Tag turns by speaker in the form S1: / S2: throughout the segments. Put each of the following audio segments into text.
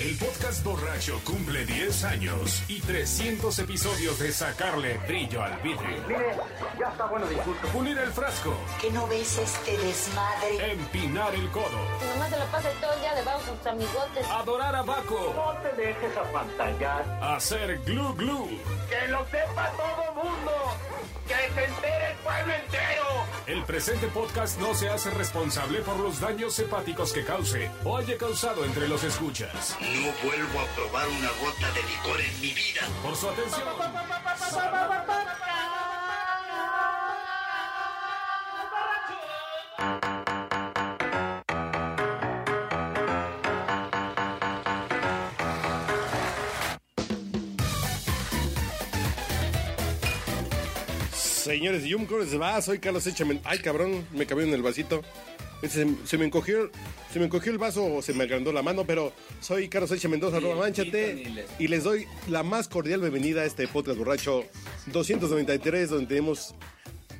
S1: El podcast borracho cumple 10 años y 300 episodios de sacarle brillo al vidrio.
S2: Mire, ya está bueno de insulto.
S1: Pulir el frasco,
S3: ¿Qué no ves este desmadre?
S1: empinar el codo,
S4: Mi mamá se la pasa todo el día debajo con sus amigotes.
S1: adorar a Baco,
S2: No te dejes apantallar.
S1: hacer glu glu,
S2: ¡Que lo sepa todo mundo! ¡Que se entere el pueblo entero!
S1: El presente podcast no se hace responsable por los daños hepáticos que cause o haya causado entre los escuchas.
S5: No vuelvo a probar una gota de licor en mi vida.
S1: Por su atención.
S6: Señores, y un cores de va, soy Carlos Echamen. Ay, cabrón, me cabió en el vasito. Se, se me encogió, se me encogió el vaso o se me agrandó la mano, pero soy Carlos Eche Mendoza, arroba manchate. Y les doy la más cordial bienvenida a este podcast borracho 293, donde tenemos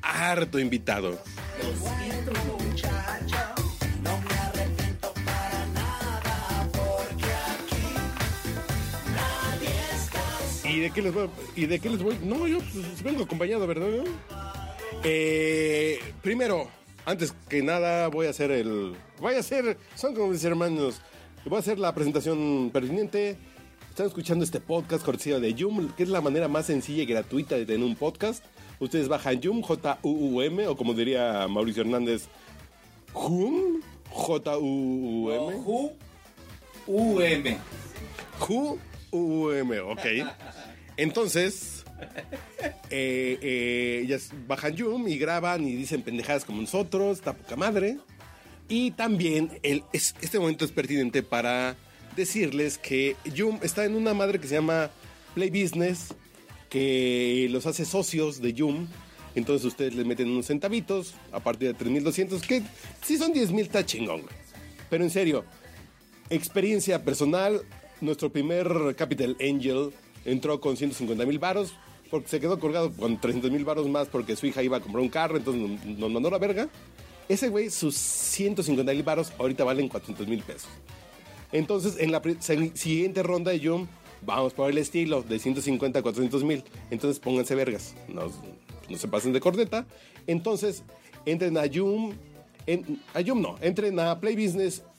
S6: harto invitado. ¿Y de qué les voy? ¿Y de qué les voy? No, yo pues, vengo acompañado, ¿verdad? no? Eh, primero, antes que nada, voy a hacer el. Voy a hacer. Son como mis hermanos. Voy a hacer la presentación pertinente. Están escuchando este podcast cortesía de Yum, que es la manera más sencilla y gratuita de tener un podcast. Ustedes bajan Yum, J-U-U-M, o como diría Mauricio Hernández, Jum, J-U-U-M.
S7: UM.
S6: Q-U-M, ok. Entonces, eh, eh, ellas bajan Zoom y graban y dicen pendejadas como nosotros, está poca madre. Y también el, es- este momento es pertinente para decirles que Zoom está en una madre que se llama Play Business, que los hace socios de Zoom. Entonces ustedes les meten unos centavitos a partir de 3.200, que si son 10.000 está chingón, güey. Pero en serio, Experiencia personal, nuestro primer Capital Angel entró con 150 mil varos, porque se quedó colgado con 300 mil varos más porque su hija iba a comprar un carro, entonces nos nos mandó la verga. Ese güey, sus 150 mil varos ahorita valen 400 mil pesos. Entonces, en la pri- se- siguiente ronda de Yum, vamos por el estilo de 150 a 400 mil. Entonces, pónganse vergas. No, no se pasen de corneta. Entonces, entren a Yum. En, a Yum no, entren a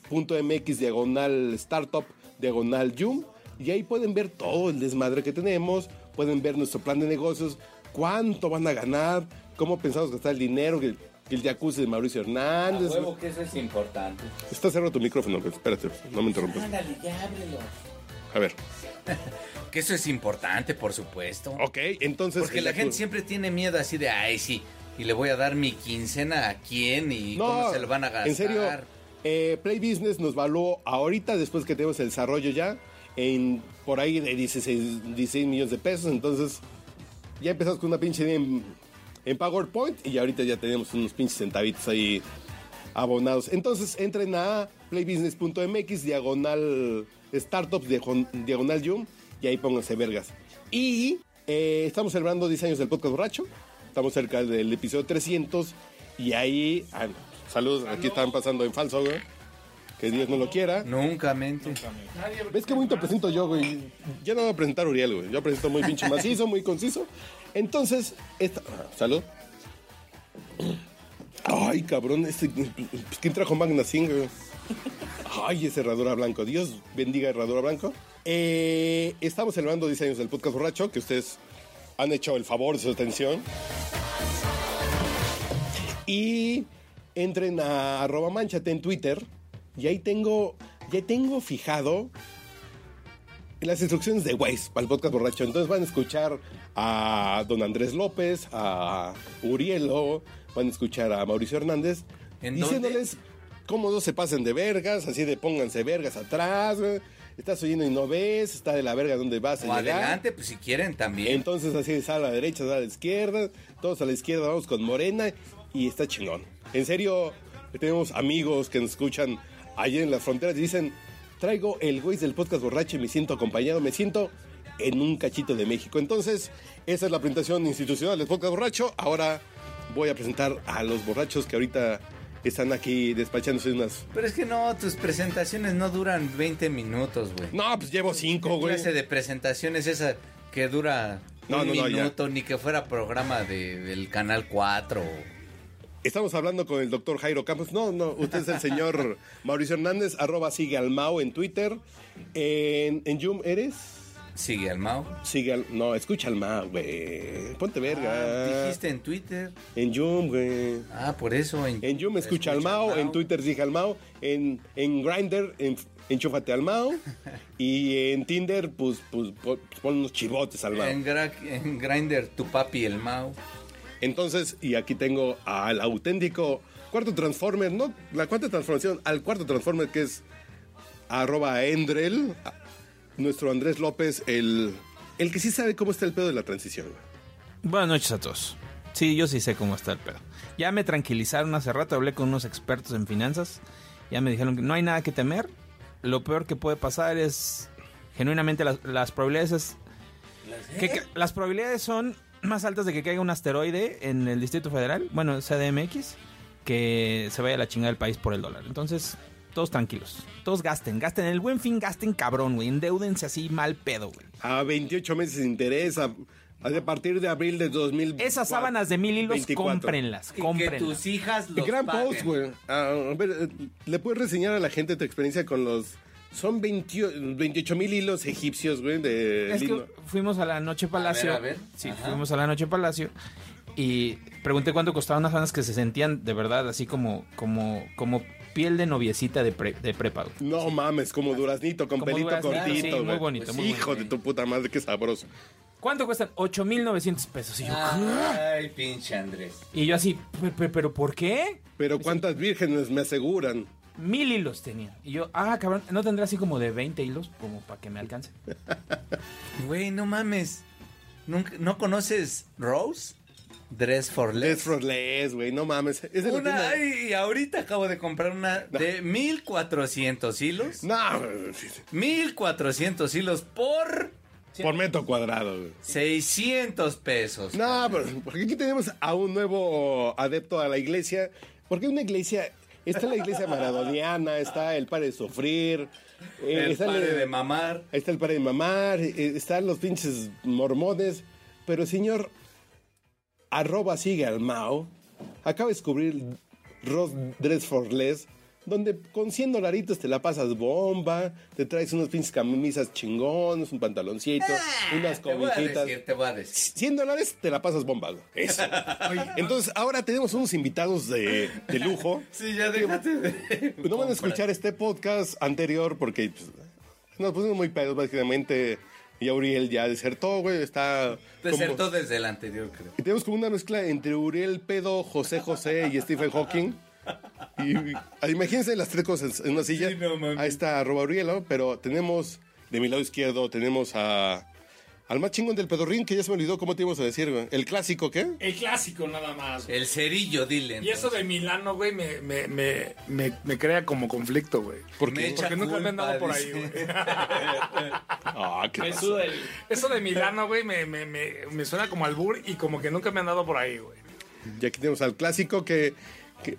S6: playbusiness.mx diagonal startup diagonal Yum. Y ahí pueden ver todo el desmadre que tenemos. Pueden ver nuestro plan de negocios. Cuánto van a ganar. Cómo pensamos gastar el dinero. Que, que el jacuzzi de Mauricio
S7: A
S6: Hernández.
S7: huevo que eso es importante.
S6: Está cerrado tu micrófono, güey. espérate, no me interrumpas.
S7: Ándale, ya ábrelo.
S6: A ver,
S7: Que eso es importante, por supuesto.
S6: ok, entonces.
S7: Porque la
S6: Yaku-
S7: gente siempre tiene miedo así de, ay, sí, y le voy a dar mi quincena a quién y cómo se lo van a gastar.
S6: En serio, eh, Play Business nos valuó ahorita, después que tenemos el desarrollo ya, en por ahí de 16, 16 millones de pesos. Entonces, ya empezamos con una pinche idea en, en PowerPoint y ahorita ya tenemos unos pinches centavitos ahí abonados. Entonces, entren a playbusiness.mx, diagonal startups, diagon- diagonal yum, y ahí pónganse vergas. Y eh, estamos celebrando 10 años del podcast borracho. Estamos cerca del episodio 300 y ahí... ah, no. Saludos, aquí están pasando en falso, güey. Que Dios no lo quiera.
S7: Nunca mente.
S6: ¿Ves qué bonito presento yo, güey? Ya no voy a presentar a Uriel, güey. Yo presento muy pinche macizo, muy conciso. Entonces, esta. ah, Salud. Ay, cabrón, este. pues, ¿Quién trajo Magna 5, güey? Ay, es Herradura Blanco. Dios bendiga a Herradura Blanco. Eh, estamos celebrando 10 años del podcast borracho, que ustedes han hecho el favor de su atención. Y entren a arroba manchate en Twitter. Y ahí tengo, ya tengo fijado las instrucciones de Waze para el podcast borracho. Entonces van a escuchar a don Andrés López, a Urielo, van a escuchar a Mauricio Hernández,
S7: ¿En
S6: diciéndoles cómo no se pasen de vergas, así de pónganse vergas atrás, güey. estás oyendo y no ves, está de la verga donde vas a
S7: O
S6: llegar.
S7: adelante, pues si quieren también.
S6: Entonces así es a la derecha, sale a la izquierda, todos a la izquierda vamos con Morena y está chingón. En serio, tenemos amigos que nos escuchan allá en las fronteras y dicen, traigo el güey del podcast borracho y me siento acompañado, me siento en un cachito de México. Entonces, esa es la presentación institucional del podcast borracho. Ahora voy a presentar a los borrachos que ahorita están aquí despachándose unas.
S7: Pero es que no, tus presentaciones no duran 20 minutos, güey.
S6: No, pues llevo cinco,
S7: ¿Qué
S6: güey.
S7: clase de presentación es esa que dura
S6: No,
S7: un
S6: no, no, ya.
S7: minuto? ni que fuera programa de, del Canal 4.
S6: Estamos hablando con el doctor Jairo Campos. No, no, usted es el señor Mauricio Hernández, arroba sigue al Mao en Twitter. En, en Zoom eres.
S7: Sigue al Mao.
S6: Sigue al. No, escucha al Mao, güey. Ponte verga.
S7: Ah, dijiste en Twitter.
S6: En Zoom, güey.
S7: Ah, por eso.
S6: En Zoom escucha, al Mao, en Twitter sigue al Mao, en, en Grindr en, enchúfate al Mao y en Tinder pues, pues, pon- pon unos chivotes al Mao.
S7: En, Gra- en Grindr, tu papi, el Mao.
S6: Entonces, y aquí tengo al auténtico cuarto transformer, no la cuarta transformación, al cuarto transformer que es arroba Endrel, a- nuestro Andrés López, el, el que sí sabe cómo está el pedo de la transición.
S8: Buenas noches a todos. Sí, yo sí sé cómo está el pedo. Ya me tranquilizaron hace rato, hablé con unos expertos en finanzas. Ya me dijeron que no hay nada que temer. Lo peor que puede pasar es, genuinamente, las, las probabilidades es- que ca- las probabilidades son más altas de que caiga un asteroide en el Distrito Federal, bueno, CDMX, que se vaya a la chingada del país por el dólar. Entonces, todos tranquilos. Todos gasten, gasten. El buen fin, gasten cabrón, güey. Endeudense así mal pedo, güey.
S6: A 28 meses de interés, a, a partir de abril de 2000.
S8: Esas sábanas de mil hilos, cómprenlas,
S7: Y que
S8: cómprenlas.
S7: tus hijas los
S6: gran
S7: paguen.
S6: post, güey. Ah, a ver, eh, ¿le puedes reseñar a la gente tu experiencia con los... Son 20 28 mil hilos egipcios, güey, de
S8: Es que
S6: lino.
S8: fuimos a la Noche Palacio.
S7: A ver, a ver.
S8: Sí,
S7: Ajá.
S8: fuimos a la Noche Palacio. Y pregunté cuánto costaban unas zonas que se sentían de verdad así como, como, como piel de noviecita de, pre- de prepa. güey.
S6: No mames, como duraznito, con
S8: Como
S6: pelito
S8: duraznito,
S6: cortito,
S8: sí,
S6: güey.
S8: muy bonito,
S6: Pues,
S8: muy
S6: Hijo
S7: bonito.
S6: de tu puta madre, qué sabroso.
S8: ¿Cuánto cuestan? 8,900 pesos. Y yo,
S7: Ay, pinche Andrés.
S8: y yo así, "Pe- pe- ¿pero por qué?
S6: Pero cuántas vírgenes me aseguran.
S8: Mil hilos tenía. Y yo, ah, cabrón, ¿no tendrá así como de 20 hilos como para que me alcance?
S7: Güey, no mames. ¿Nunca- ¿No conoces Rose? Dress for
S6: Les
S7: Less.
S6: for less, güey, no mames. Es de la
S7: Una,
S6: tienda-
S7: ay, ahorita acabo de comprar una de 1400 hilos.
S6: No, güey, sí, sí.
S7: 1400 hilos por
S6: por metro cuadrado, güey.
S7: 600 pesos.
S6: No, pero porque aquí tenemos a un nuevo adepto a la iglesia. Porque una iglesia. Está la iglesia maradoniana, está el padre de sufrir. eh,
S7: El
S6: está
S7: padre de mamar.
S6: Está el padre de mamar, eh, están los pinches mormones. Pero señor, arroba sigue al Mao. Acaba de descubrir Ross Dress for Less, donde con 100 dolaritos te la pasas bomba, te traes unas pinches camisas chingones, un pantaloncito, unas
S7: Ah, Te voy a
S6: comijitas.
S7: decir, te voy a decir.
S6: 100 dólares te la pasas bomba. güey. Eso. Entonces, ahora tenemos unos invitados de, de lujo.
S7: Sí, ya déjate de...
S6: No van a escuchar este podcast anterior porque pues, nos pusimos muy pedos, básicamente. Y Uriel ya desertó, güey. Está. como-
S7: Desertó desde el anterior, creo.
S6: y tenemos como una mezcla entre Uriel Pedo, José José y Stephen Hawking. Y, ah, imagínense las tres cosas en una silla.
S7: Sí, no mames.
S6: Ahí está arroba Uriel, ¿no? pero tenemos de mi lado izquierdo, tenemos a. Al más chingón del pedorrín, que ya se me olvidó cómo te íbamos a decir, güey. El clásico, ¿qué?
S1: El clásico nada más. güey.
S7: El cerillo, dile.
S1: Y eso de Milano, güey, me, me, me, me, me crea como conflicto, güey.
S6: ¿Por
S7: Me
S6: qué?
S7: echa
S1: Porque nunca me han dado
S7: culpa,
S1: por ahí,
S7: dice.
S1: güey.
S6: Ah, qué pasó.
S1: Eso de Milano, güey, me, me, me, me suena como albur y como que nunca me han dado por ahí, güey.
S6: Y aquí tenemos al clásico que, que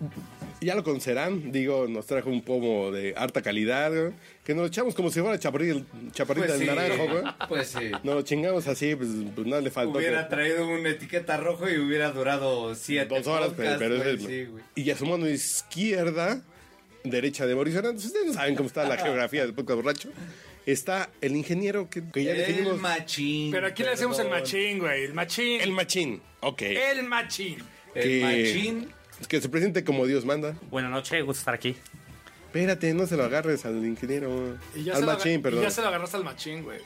S6: ya lo conocerán, digo, nos trajo un pomo de harta calidad, güey, que nos lo echamos como si fuera chaparril- chaparrita
S7: Pues
S6: de
S7: sí,
S6: naranjo, güey.
S7: Pues sí.
S6: Nos lo chingamos así, pues, pues nada le faltó.
S7: Hubiera
S6: que-
S7: traído una etiqueta roja y hubiera durado siete
S6: dos horas, pero-
S7: podcasts,
S6: pero es
S7: güey,
S6: el-
S7: sí, güey.
S6: Y a su mano izquierda, derecha de Mauricio Hernández, ustedes no saben cómo está la geografía del podcast borracho, está el ingeniero que, que ya
S7: El
S6: definimos.
S7: machín.
S1: Pero aquí le decimos el
S7: perdón.
S1: machín, güey. El machín.
S6: el
S1: El,
S6: machín, ok.
S1: machín.
S7: El
S6: que-
S7: machín.
S6: Que se presente como Dios manda.
S9: Buenas noches, gusto estar aquí.
S6: Espérate, no se lo agarres al ingeniero.
S1: Y ya
S6: al
S1: se lo aga-
S6: machín, perdón.
S1: Y ya se lo agarraste al machín, güey.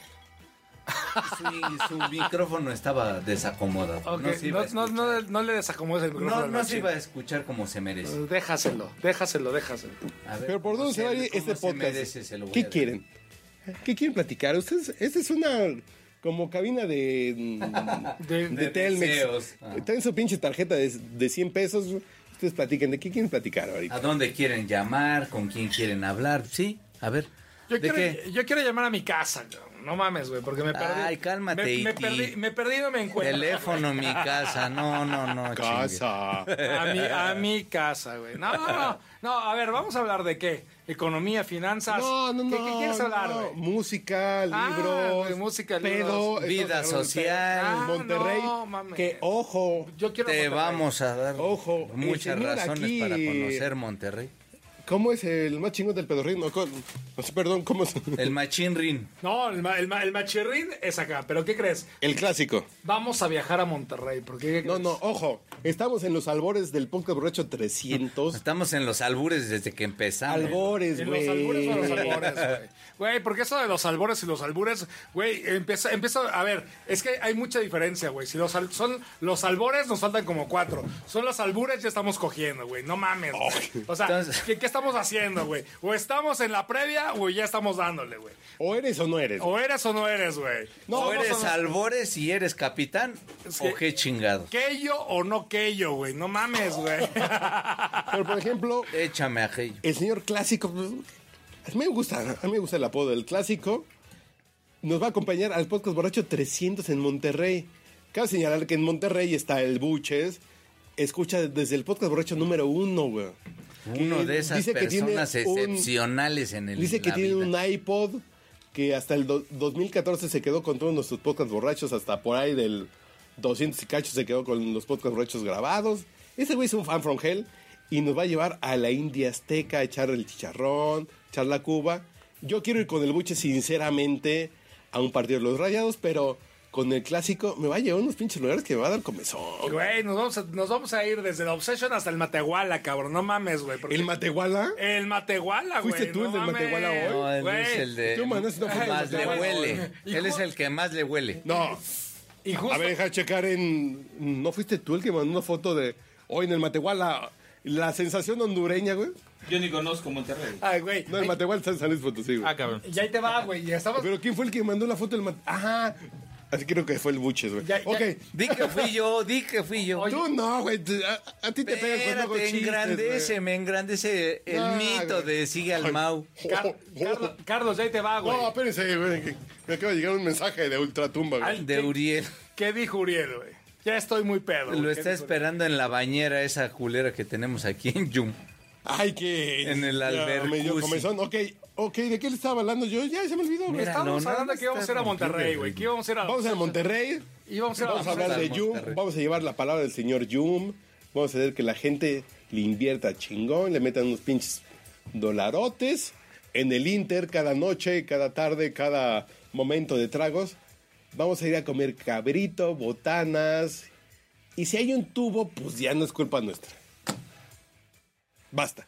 S7: Sí, su micrófono estaba desacomodado.
S1: Ok,
S7: No se iba
S1: no, no,
S7: a
S1: no,
S7: escuchar.
S1: no le desacomodes el micrófono
S7: No,
S1: al
S7: no se
S1: machín.
S7: iba a escuchar como se merece.
S1: Déjaselo, déjaselo, déjaselo.
S7: A ver,
S6: Pero por
S7: como
S6: dónde se va a ir
S7: como
S6: este
S7: se
S6: podcast.
S7: merece, se lo voy a
S6: ¿Qué
S7: dar.
S6: quieren? ¿Qué quieren platicar? Ustedes, esta es una como cabina de mm,
S1: De-
S6: de, Telmex.
S7: deseos. Ah.
S6: Traen su pinche tarjeta de, de 100 pesos. Ustedes platiquen de qué quieren platicar ahorita.
S7: ¿A dónde quieren llamar? ¿Con quién quieren hablar? Sí, a ver.
S10: Yo,
S7: ¿De
S10: quiero,
S7: qué?
S10: yo quiero llamar a mi casa, cabrón. no mames, güey, porque me perdí.
S7: Ay, cálmate,
S10: me, me
S7: Iti.
S10: perdí, me perdí y no me encuentro.
S7: Teléfono, mi casa. No, no, no. chingue.
S6: Casa.
S10: A mi, a mi casa, güey. No, no, no. No, a ver, vamos a hablar de qué. Economía, finanzas.
S6: No, no, no.
S10: ¿Qué, qué quieres hablar,
S6: no.
S10: güey?
S6: Música,
S10: Ah,
S6: libros,
S10: güey, música,
S6: pedo,
S10: libros.
S7: Vida
S6: estamos hablando de
S7: social.
S6: pedo. Monterrey.
S10: Ah, no, mames.
S6: que ojo,
S10: Yo quiero Monterrey.
S7: Te vamos a dar
S6: Ojo, el
S7: muchas
S6: señor
S7: razones
S6: aquí-
S7: para conocer Monterrey.
S6: ¿cómo es el más chingón del pedorrismo? Con- Perdón, ¿cómo es?
S7: El Machín Rin.
S10: No, el, ma- el, ma- el machirrín es acá, pero ¿qué crees?
S6: El clásico.
S10: Vamos a viajar a Monterrey, porque ¿qué
S6: No,
S10: crees?
S6: no, ojo. Estamos en los albores del podcast borracho 300.
S7: Estamos en los albures desde que empezamos.
S6: albores,
S10: ¿En
S6: güey.
S10: los albures o los albores, güey? Güey, porque eso de los albores y los albures, güey, empieza, empieza, a ver, es que hay mucha diferencia, güey. Si los al- son los albores, nos faltan como cuatro. Son los albures, ya estamos cogiendo, güey. No mames. güey. O sea,
S7: Entonces-
S10: ¿qué, qué estamos haciendo, güey? O estamos en la previa, o ya estamos dándole, güey.
S6: O eres o no eres.
S10: O eres o no eres, güey.
S7: No,
S10: Somos
S7: eres
S10: o no-
S7: albores y eres capitán.
S10: Es que-
S7: O qué chingado.
S10: Quello o no quello, güey. No mames, güey.
S6: Pero, por ejemplo,
S7: Échame a Gello.
S6: el señor clásico. pues, A mí me gusta, a mí me gusta el apodo del clásico. Nos va a acompañar al podcast borracho 300 en Monterrey. Cabe señalar que en Monterrey está el Buches. Escucha desde el podcast borracho número uno, güey.
S7: Uno
S6: Que
S7: de esas
S6: dice que tiene
S7: personas
S6: un-
S7: excepcionales en el
S6: Dice que
S7: la
S6: tiene
S7: vida.
S6: un iPod que hasta el do- 2014 se quedó con todos nuestros podcasts borrachos, hasta por ahí del 200 y cacho se quedó con los podcasts borrachos grabados. Ese güey es un fan from hell y nos va a llevar a la India Azteca a echar el chicharrón, echar la cuba. Yo quiero ir con el buche sinceramente a un partido de los rayados, pero con el clásico me va a llevar a unos pinches lugares que me va a dar comezón.
S10: Güey, nos vamos, a, nos vamos a ir desde la Obsession hasta el Matehuala, cabrón. No mames, güey. porque-
S6: ¿El Matehuala?
S10: El Matehuala, eh, güey.
S6: ¿Fuiste tú el del
S10: mames,
S6: Matehuala hoy?
S7: No, él
S10: güey.
S7: es el de.
S6: Tú mandaste este una foto de
S7: más le
S6: Matehuala.
S7: huele.
S10: Hijo-
S7: Él es el que más le huele.
S6: No.
S10: Y justo-
S6: A ver, deja checar en. ¿No fuiste tú el que mandó una foto de hoy en el Matehuala? La sensación hondureña, güey.
S11: Yo ni conozco Monterrey.
S10: Ay, güey.
S6: No, el Matehuala está en San Luis Potosí, güey.
S11: Ah, cabrón.
S10: Y ahí te va, güey. Ya estamos.
S6: Pero ¿quién fue el que mandó la foto del Matehuala? Ajá. Así creo que fue el Buches, güey.
S10: Ya, ya.
S6: Ok.
S7: Di que fui yo, di que fui yo.
S6: Tú no, güey. Te- A, a ti te pega el cuerno con
S7: Espérate,
S6: chistes,
S7: engrandece, me engrandece el
S6: No,
S7: mito
S6: güey.
S7: de sigue al Mau.
S6: güey.
S10: Car- Carlos, Carlos, ya ahí te va, güey.
S6: Oh, No, espérense, güey. que Me acaba de llegar un mensaje de Ultratumba, güey.
S10: Ay,
S7: De
S10: ¿qué-
S7: Uriel.
S10: ¿Qué dijo Uriel, güey? Ya estoy muy pedo. güey.
S7: Lo
S10: ¿Qué
S7: está
S10: dijo
S7: esperando en la bañera esa culera que tenemos aquí en Yum.
S6: Ay, que.
S7: En el
S6: Ya,
S7: albercusi.
S6: Me dio comezón. Ok, ok, ¿de qué le estaba hablando yo? Ya se me olvidó, güey.
S10: Uriel? Estábamos
S7: Míralo,
S10: hablando
S7: no
S10: que íbamos a ir a
S7: está
S10: Monterrey,
S7: rompiendo
S10: güey.
S7: el
S10: Que íbamos a ir a.
S6: Vamos a Monterrey.
S10: Y vamos a ir a.
S6: Vamos a hablar de Yum,
S7: Monterrey.
S6: vamos a llevar la palabra del señor Yum, vamos a hacer que la gente le invierta chingón, le metan unos pinches dolarotes en el Inter cada noche, cada tarde, cada momento de tragos. Vamos a ir a comer cabrito, botanas. Y si hay un tubo, pues ya no es culpa nuestra. Basta.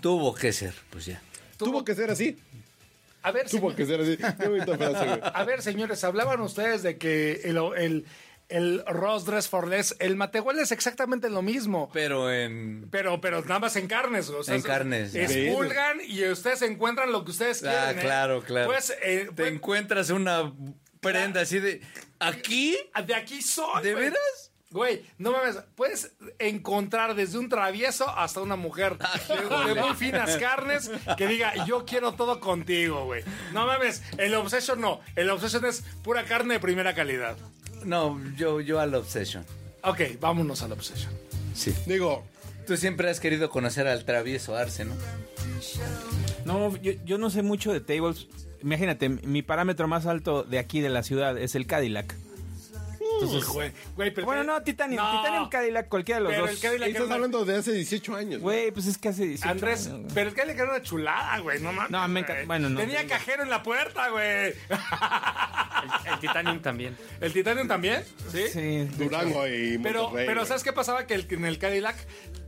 S7: Tuvo que ser, pues ya.
S6: Tuvo, que ser así.
S10: A ver,
S6: Tuvo
S10: señor-
S6: que ser así. Qué bonita frase, güey.
S10: A ver, señores, hablaban ustedes de que el, el, el Ross Dress for Less, el Matehuala es exactamente lo mismo.
S7: Pero en
S10: Pero, pero nada más en carnes, o sea,
S7: En carnes,
S10: es-
S7: ya.
S10: Expulgan y ustedes encuentran lo que ustedes quieren.
S7: Ah,
S10: ¿eh?
S7: claro, claro.
S10: Pues, eh,
S7: te
S10: pues,
S7: encuentras una prenda así de aquí
S10: Ah, de aquí soy.
S7: ¿De
S10: güey.
S7: veras?
S10: Güey, no mames, puedes encontrar desde un travieso hasta una mujer
S11: Ah,
S10: de, de muy finas carnes que diga, yo quiero todo contigo, güey. No mames, el Obsession no, el Obsession es pura carne de primera calidad.
S7: No, yo yo al Obsession.
S10: Ok, vámonos a la Obsession.
S7: Sí.
S6: Digo,
S7: Tú siempre has querido conocer al travieso Arce, ¿no?
S11: No, yo, yo no sé mucho de tables. Imagínate, mi parámetro más alto de aquí de la ciudad es el Cadillac. Entonces,
S10: Güey, güey, pero-
S11: bueno, no, Titanium, Titanium Cadillac, cualquiera de los
S10: Pero
S11: dos.
S10: el Cadillac
S6: estás
S10: era una-
S6: hablando de hace 18 años. güey.
S11: Güey, pues es que hace 18
S10: Andrés,
S11: años, güey.
S10: pero el Cadillac era una chulada, güey, no mames.
S11: No, me enca-
S10: güey.
S11: bueno, no,
S10: Tenía
S11: te digo.
S10: cajero en la puerta, güey.
S12: El, el Titanium también.
S10: ¿El Titanium también? Sí.
S11: Sí.
S6: Durango y
S10: Pero,
S6: Monterrey,
S10: pero
S6: güey.
S10: ¿sabes qué pasaba? Que el- en el Cadillac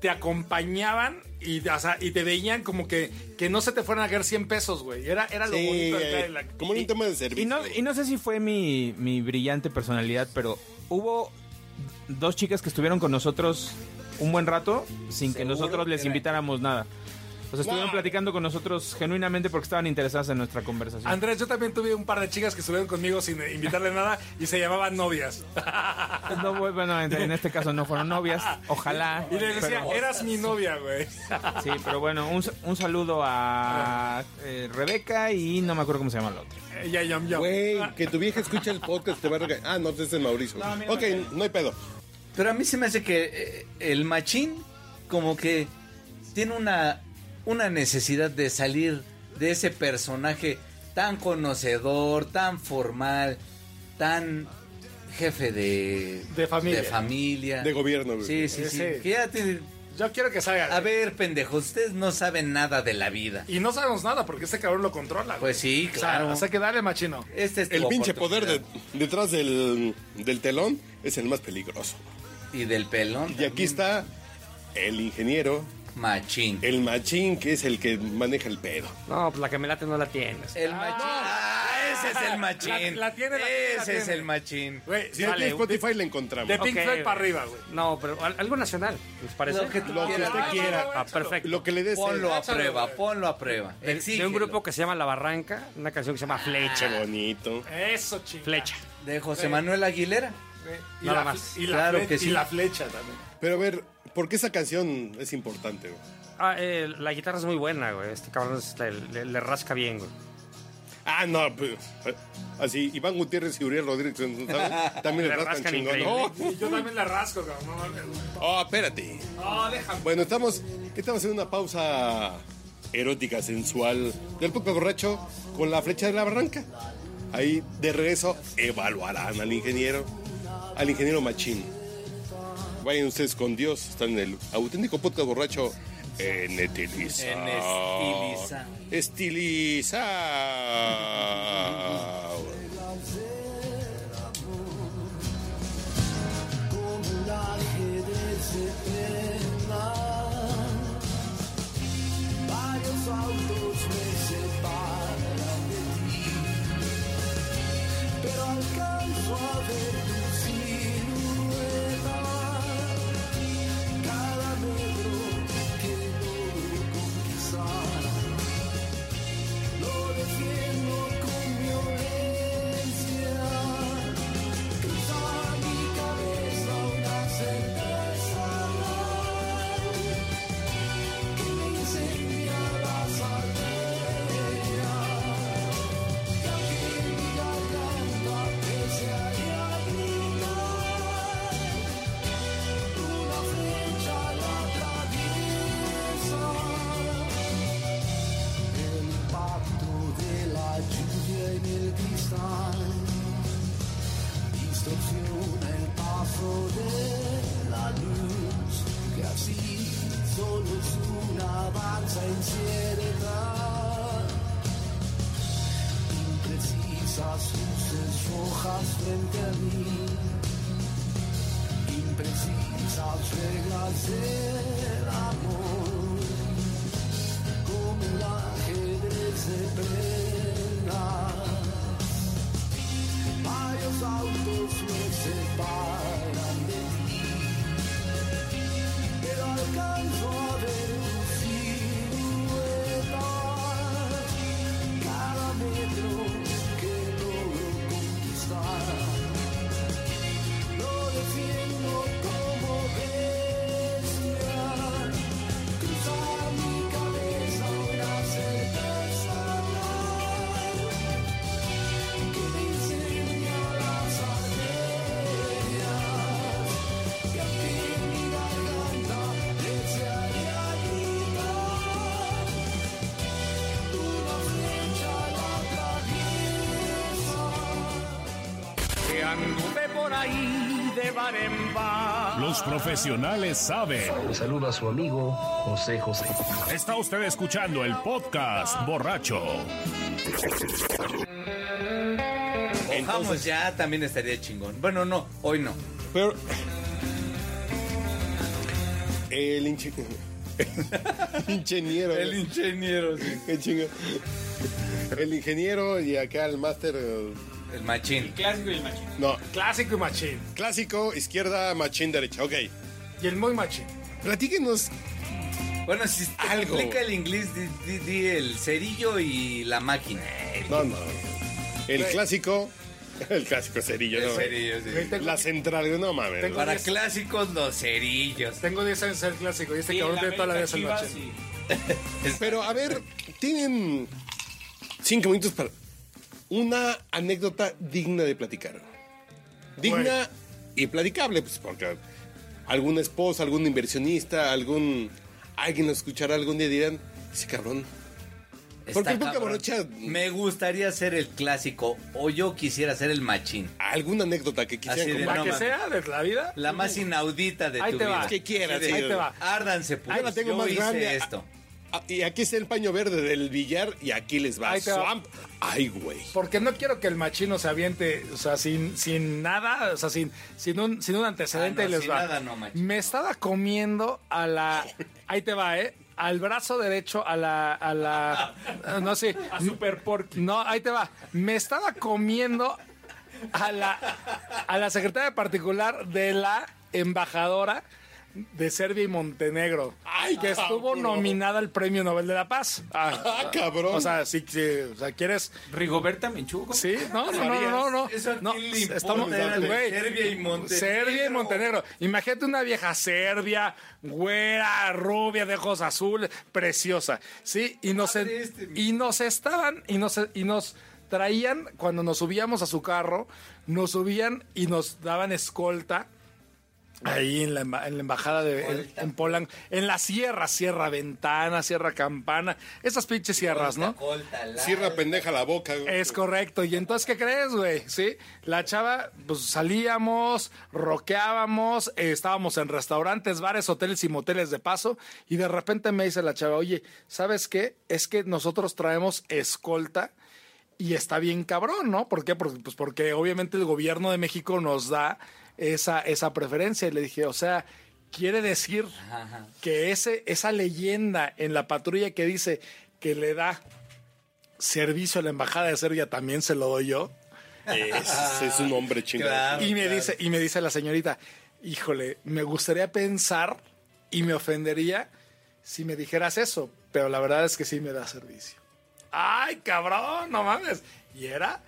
S10: te acompañaban y, o sea, y te veían como que, que no se te fueran a caer 100 pesos, güey. Era, era lo
S6: Sí,
S10: bonito del
S6: eh,
S10: Cadillac.
S6: Como un tema de servicio.
S11: Y no, y no sé si fue mi, mi brillante personalidad, pero hubo dos chicas que estuvieron con nosotros un buen rato sin que nosotros les invitáramos nada.
S8: O sea, estuvieron platicando con nosotros genuinamente porque estaban interesadas en nuestra conversación.
S1: Andrés, yo también tuve un par de chicas que estuvieron conmigo sin eh, invitarle nada y se llamaban novias.
S8: No, bueno, en, en este caso no fueron novias, ojalá.
S1: Y les decía,
S8: pero-
S1: eras mi novia, güey.
S8: Sí, pero bueno, un, un saludo a eh, Rebeca y no me acuerdo cómo se llama la otra.
S1: Eh, Ya, ya, ya.
S6: Güey, que tu vieja escucha el podcast, te va a regañar. Ah, no, es de Mauricio.
S8: No, a mí no
S6: ok,
S8: me-
S6: no hay pedo.
S7: Pero a mí se me hace que eh, el machín como que tiene una, una necesidad de salir de ese personaje tan conocedor, tan formal, tan jefe de,
S1: De familia.
S7: de familia.
S6: De gobierno, güey.
S7: Sí, sí, sí.
S1: Ese.
S7: Que ya te-
S1: Yo quiero que salga.
S7: A ver, pendejos, ustedes no saben nada de la vida.
S1: Y no sabemos nada porque este cabrón lo controla. güey.
S7: Pues sí,
S1: O sea,
S7: claro.
S1: O sea, que dale, machino.
S7: Este es tu
S6: El pinche poder de-
S7: oportunidad.
S6: detrás del, del telón es el más peligroso.
S7: Y del pelón.
S6: Y aquí
S7: también.
S6: está el ingeniero,
S7: Machín.
S6: el machín, que es el que maneja el pedo.
S10: No, pues la que me late no la tienes.
S7: El machín. Ah, ese es el machín.
S1: La- la tiene, la tiene, la
S7: Ese es
S1: tiene.
S7: el machín.
S1: Güey,
S6: Eh, Si
S1: sí,
S6: aquí en
S10: Sale,
S6: Spotify la encontramos.
S1: de Pink
S10: Ok,
S1: Floyd
S10: güey.
S1: para arriba, güey.
S10: No, pero al- algo nacional, ¿les Pues parece?
S7: Lo que tú
S6: Lo que
S7: quieras.
S6: usted
S7: Ah,
S6: quiera.
S10: Ah, perfecto.
S6: Lo que le des.
S7: Ponlo a
S1: Échalo,
S7: prueba,
S1: güey.
S7: ponlo a prueba.
S10: De- de,
S7: Exígelo.
S10: un grupo que se llama La Barranca, una canción que se llama
S6: Qué
S10: Flecha.
S6: bonito.
S1: Eso, chingada.
S10: Flecha.
S7: De José Manuel Aguilera.
S1: Y
S10: Nada
S1: la,
S10: más.
S1: Y la,
S7: Claro
S1: fle-
S7: que sí.
S1: y la flecha también.
S6: Pero a ver, ¿por qué esa canción es importante? güey?
S10: Ah, eh, la guitarra es muy buena, güey. Este cabrón es- le, le- le rasca bien, güey.
S6: Ah, no, pues, eh, así, Iván Gutiérrez y Uriel Rodríguez, ¿sabes? También le
S10: Le
S6: rascan
S10: rascan
S6: chingón.
S10: increíble.
S6: ¡Oh!
S1: Y yo también la rasco, cabrón. No mames, güey.
S6: Oh, espérate. Bueno, estamos, estamos en una pausa erótica, sensual del poco borracho con la flecha de la barranca. Ahí de regreso evaluarán al ingeniero, al ingeniero Machín. Vayan ustedes con Dios, están en el auténtico podcast borracho en Estiliza.
S7: En Estiliza.
S6: Estiliza.
S13: Los profesionales saben.
S14: Le saluda a su amigo José José.
S13: Está usted escuchando el podcast borracho.
S7: Vamos ya, también estaría chingón. Bueno, no, hoy no.
S6: Pero. El inche- ingeniero.
S7: El ingeniero, sí.
S6: Qué chingo. El ingeniero y acá el máster. eh,
S7: El machín.
S6: No,
S1: Clásico y machín.
S6: clásico, izquierda, machín, derecha. Ok.
S1: Y el muy machín.
S6: Platíquenos
S7: Bueno, si te
S6: Algo.
S7: explica el inglés, di, di- di el cerillo y la máquina.
S10: Eh,
S6: No, no. El clásico. El clásico cerillo,
S7: El
S6: no.
S7: cerillo, sí.
S10: Güey, tengo,
S6: La central, güey, no mames.
S10: Tengo-
S7: Para clásicos, los cerillos.
S10: tengo 10 años en el clásico y este
S11: Sí,
S10: cabrón
S11: la
S10: de toda la
S1: Ah,
S10: vida es el
S11: América,
S10: machín.
S11: Chivas
S6: Pero a ver, tienen cinco minutos para una anécdota digna de platicar. Digna y platicable, pues porque alguna esposa, algún inversionista, algún alguien lo escuchará algún día y dirán, ese cabrón. ¿Por qué
S7: Está
S6: el Boca
S7: cabrón.
S6: Borracha?
S7: Me gustaría ser el clásico o yo quisiera ser el machín.
S6: Alguna anécdota que quisieran
S7: Así de-
S10: La
S6: compartir.
S7: No,
S10: que
S7: man.
S10: sea de la vida.
S7: La más inaudita de
S10: Ahí
S7: tu
S10: te
S7: vida.
S10: va.
S6: Que quieras,
S10: Ahí
S6: sí.
S10: te va.
S7: Árdanse, pues.
S6: Yo la tengo
S7: yo
S6: más
S7: hice
S6: grande.
S7: esto.
S6: Ah, Y aquí está el paño verde del billar y aquí les va
S10: Ahí te va.
S6: Swamp. Ay, güey.
S10: Porque no quiero que el machino se aviente, o sea, sin, sin nada, o sea, sin, sin, un, sin un antecedente
S7: Ah, no,
S10: y les
S7: sin
S10: va.
S7: nada no, machino.
S10: Me estaba comiendo a la. Ahí te va, ¿eh? Al brazo derecho, a la. A la ah, no sé.
S11: A Super Porky.
S10: No, ahí te va. Me estaba comiendo a la, a la secretaria particular de la embajadora de Serbia y Montenegro,
S6: Ay,
S10: que estuvo
S6: cabrón.
S10: nominada al Premio Nobel de la Paz. Ah,
S6: Ah, cabrón.
S10: O sea, si, si- o sea, quieres...
S11: Rigoberta Menchugo.
S10: Sí, no, no, no, no, no.
S7: Eso a
S10: no
S7: quién le
S10: estamos, eh,
S7: importa, era de
S10: güey,
S7: Serbia y Montenegro.
S10: Serbia y Montenegro. Imagínate una vieja serbia, güera, rubia, de ojos azul, preciosa. Sí, y nos,
S7: Padre este, mi-
S10: y nos estaban, y nos, y nos traían, cuando nos subíamos a su carro, nos subían y nos daban escolta. Ahí en la, emba- en la embajada de en, en Polanco, en la sierra, Sierra Ventana, Sierra Campana, esas pinches sierras, ¿no?
S7: Colta, la-
S6: Cierra pendeja la boca, güey.
S10: Es correcto. ¿Y entonces qué crees, güey? Sí. La chava, pues salíamos, roqueábamos, eh, estábamos en restaurantes, bares, hoteles y moteles de paso. Y de repente me dice la chava, oye, ¿sabes qué? Es que nosotros traemos escolta. Y está bien cabrón, ¿no? ¿Por qué? Porque, pues porque obviamente el gobierno de México nos da esa, esa preferencia. Y le dije, o sea, quiere decir que ese, esa leyenda en la patrulla que dice que le da servicio a la embajada de Serbia también se lo doy yo.
S6: Ese es un hombre chingado.
S7: Claro.
S10: y me dice y me dice la señorita, "Híjole, me gustaría pensar y me ofendería si me dijeras eso, pero la verdad es que sí me da servicio." Ay, cabrón, no mames. Y era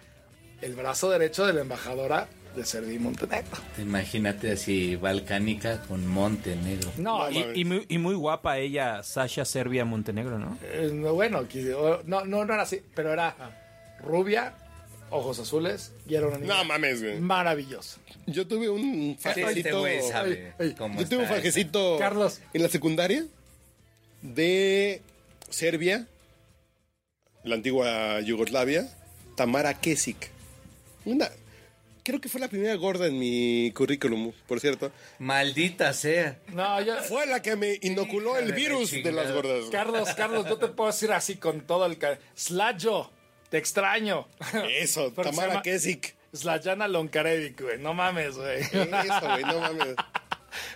S10: el brazo derecho de la embajadora de Serbia y Montenegro.
S7: Imagínate así, balcánica con Montenegro.
S10: No, y-
S11: Y, y muy, y muy guapa ella, Sasha Serbia Montenegro, ¿no?
S10: eh, no, bueno, quise- o- no, no, no era así, pero era rubia, ojos azules y era una niña
S6: No mames, güey.
S10: maravillosa.
S6: Yo tuve un
S7: Sí, este
S6: fajecito.
S7: güey sabe
S10: Ay, ay,
S7: cómo
S6: yo tuve un
S7: está
S6: fajecito.
S10: Carlos.
S6: En la secundaria de Serbia, la antigua Yugoslavia, Tamara Kesik. Una. Creo que fue la primera gorda en mi currículum, por cierto.
S7: esa- Maldita sea.
S10: No, yo
S6: Fue la que me inoculó
S7: Hija
S6: el
S7: de la
S6: virus de
S7: chingada.
S6: las gordas. güey.
S10: Carlos, Carlos, yo te puedo decir así con todo el cariño. Slayo, te extraño.
S6: Eso,
S10: Porque se
S6: Tamara
S10: llama
S6: Kesik.
S10: Slayana Lonkarevic, güey. No mames, güey.
S6: Eso, güey, no mames.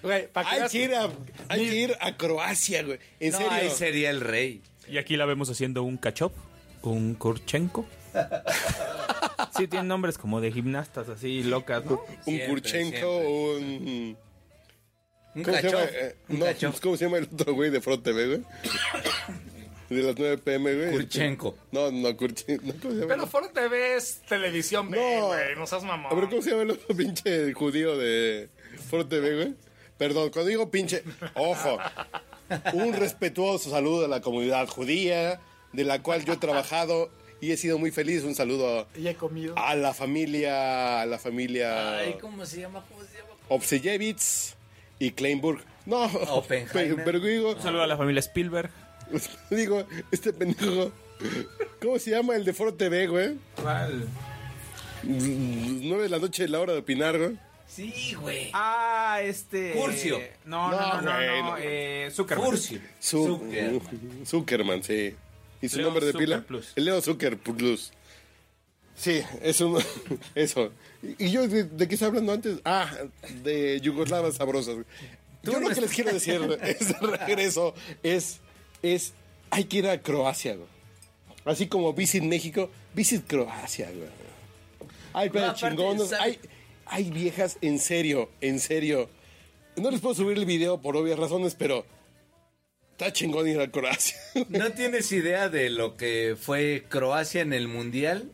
S10: Güey, para que
S6: Hay
S10: veas-
S6: que ir a, hay que ir a Croacia, güey. En
S7: No,
S6: serio.
S7: ahí sería el rey.
S11: Y aquí la vemos haciendo un cachop, un kurchenko. Sí, tienen nombres como de gimnastas así locas, ¿no?
S6: un
S7: Siempre,
S6: Kurchenko, un.
S7: Un
S6: ¿Cómo se
S7: cacho.
S6: llama? Eh,
S7: Un
S6: no,
S7: cacho.
S6: pues, ¿cómo se llama el otro güey de Front TV, güey? De las 9 pm, güey.
S7: Kurchenko.
S6: No, no, Kurchenko. No, ¿cómo se llama?
S10: Pero fuera TV es televisión,
S6: No.
S10: güey, güey. No seas
S6: A ver, ¿cómo
S10: mamón.
S6: se llama el otro pinche judío de Front TV, güey? Perdón, cuando digo pinche, ojo. Un respetuoso saludo a la comunidad judía, de la cual yo he trabajado y he sido muy feliz. Un saludo
S10: Y he comido.
S6: a la familia, a la familia
S7: Ay, ¿cómo se llama? ¿Cómo se llama?
S6: Oh. Obsejevitz y Kleinburg. No,
S7: Oppenheimer.
S6: pero digo,
S11: Un saludo a la familia Spielberg.
S6: Digo, este pendejo. ¿Cómo se llama el de Foro TV, güey? Mm, Nueve de la noche, la hora de opinar, güey.
S7: Sí, güey.
S11: Ah, este.
S7: Curcio.
S11: No,
S6: No,
S11: no, no, no.
S6: güey,
S11: no,
S6: no.
S11: eh, Zuckerberg.
S7: Curcio.
S6: Zu-
S7: Zucker.
S6: Zuckerman, sí. ¿Y su
S11: Leo
S6: nombre de
S11: Zucker
S6: pila?
S11: Plus.
S6: Leo Zucker Plus. Sí, es un- eso. ¿Y yo de, de qué estaba hablando antes? Ah, de yugoslavas sabrosas. Yo lo que les quiero decir es de regreso es, es, hay que ir a Croacia, güey. Así como Visit México, Visit Croacia, güey. Hay playas
S7: aparte,
S6: chingonas,
S7: ¿sabe?
S6: hay, hay viejas, en serio, en serio. No les puedo subir el video por obvias razones, pero Está chingón ir a Croacia.
S7: ¿No tienes idea de lo que fue Croacia en el Mundial?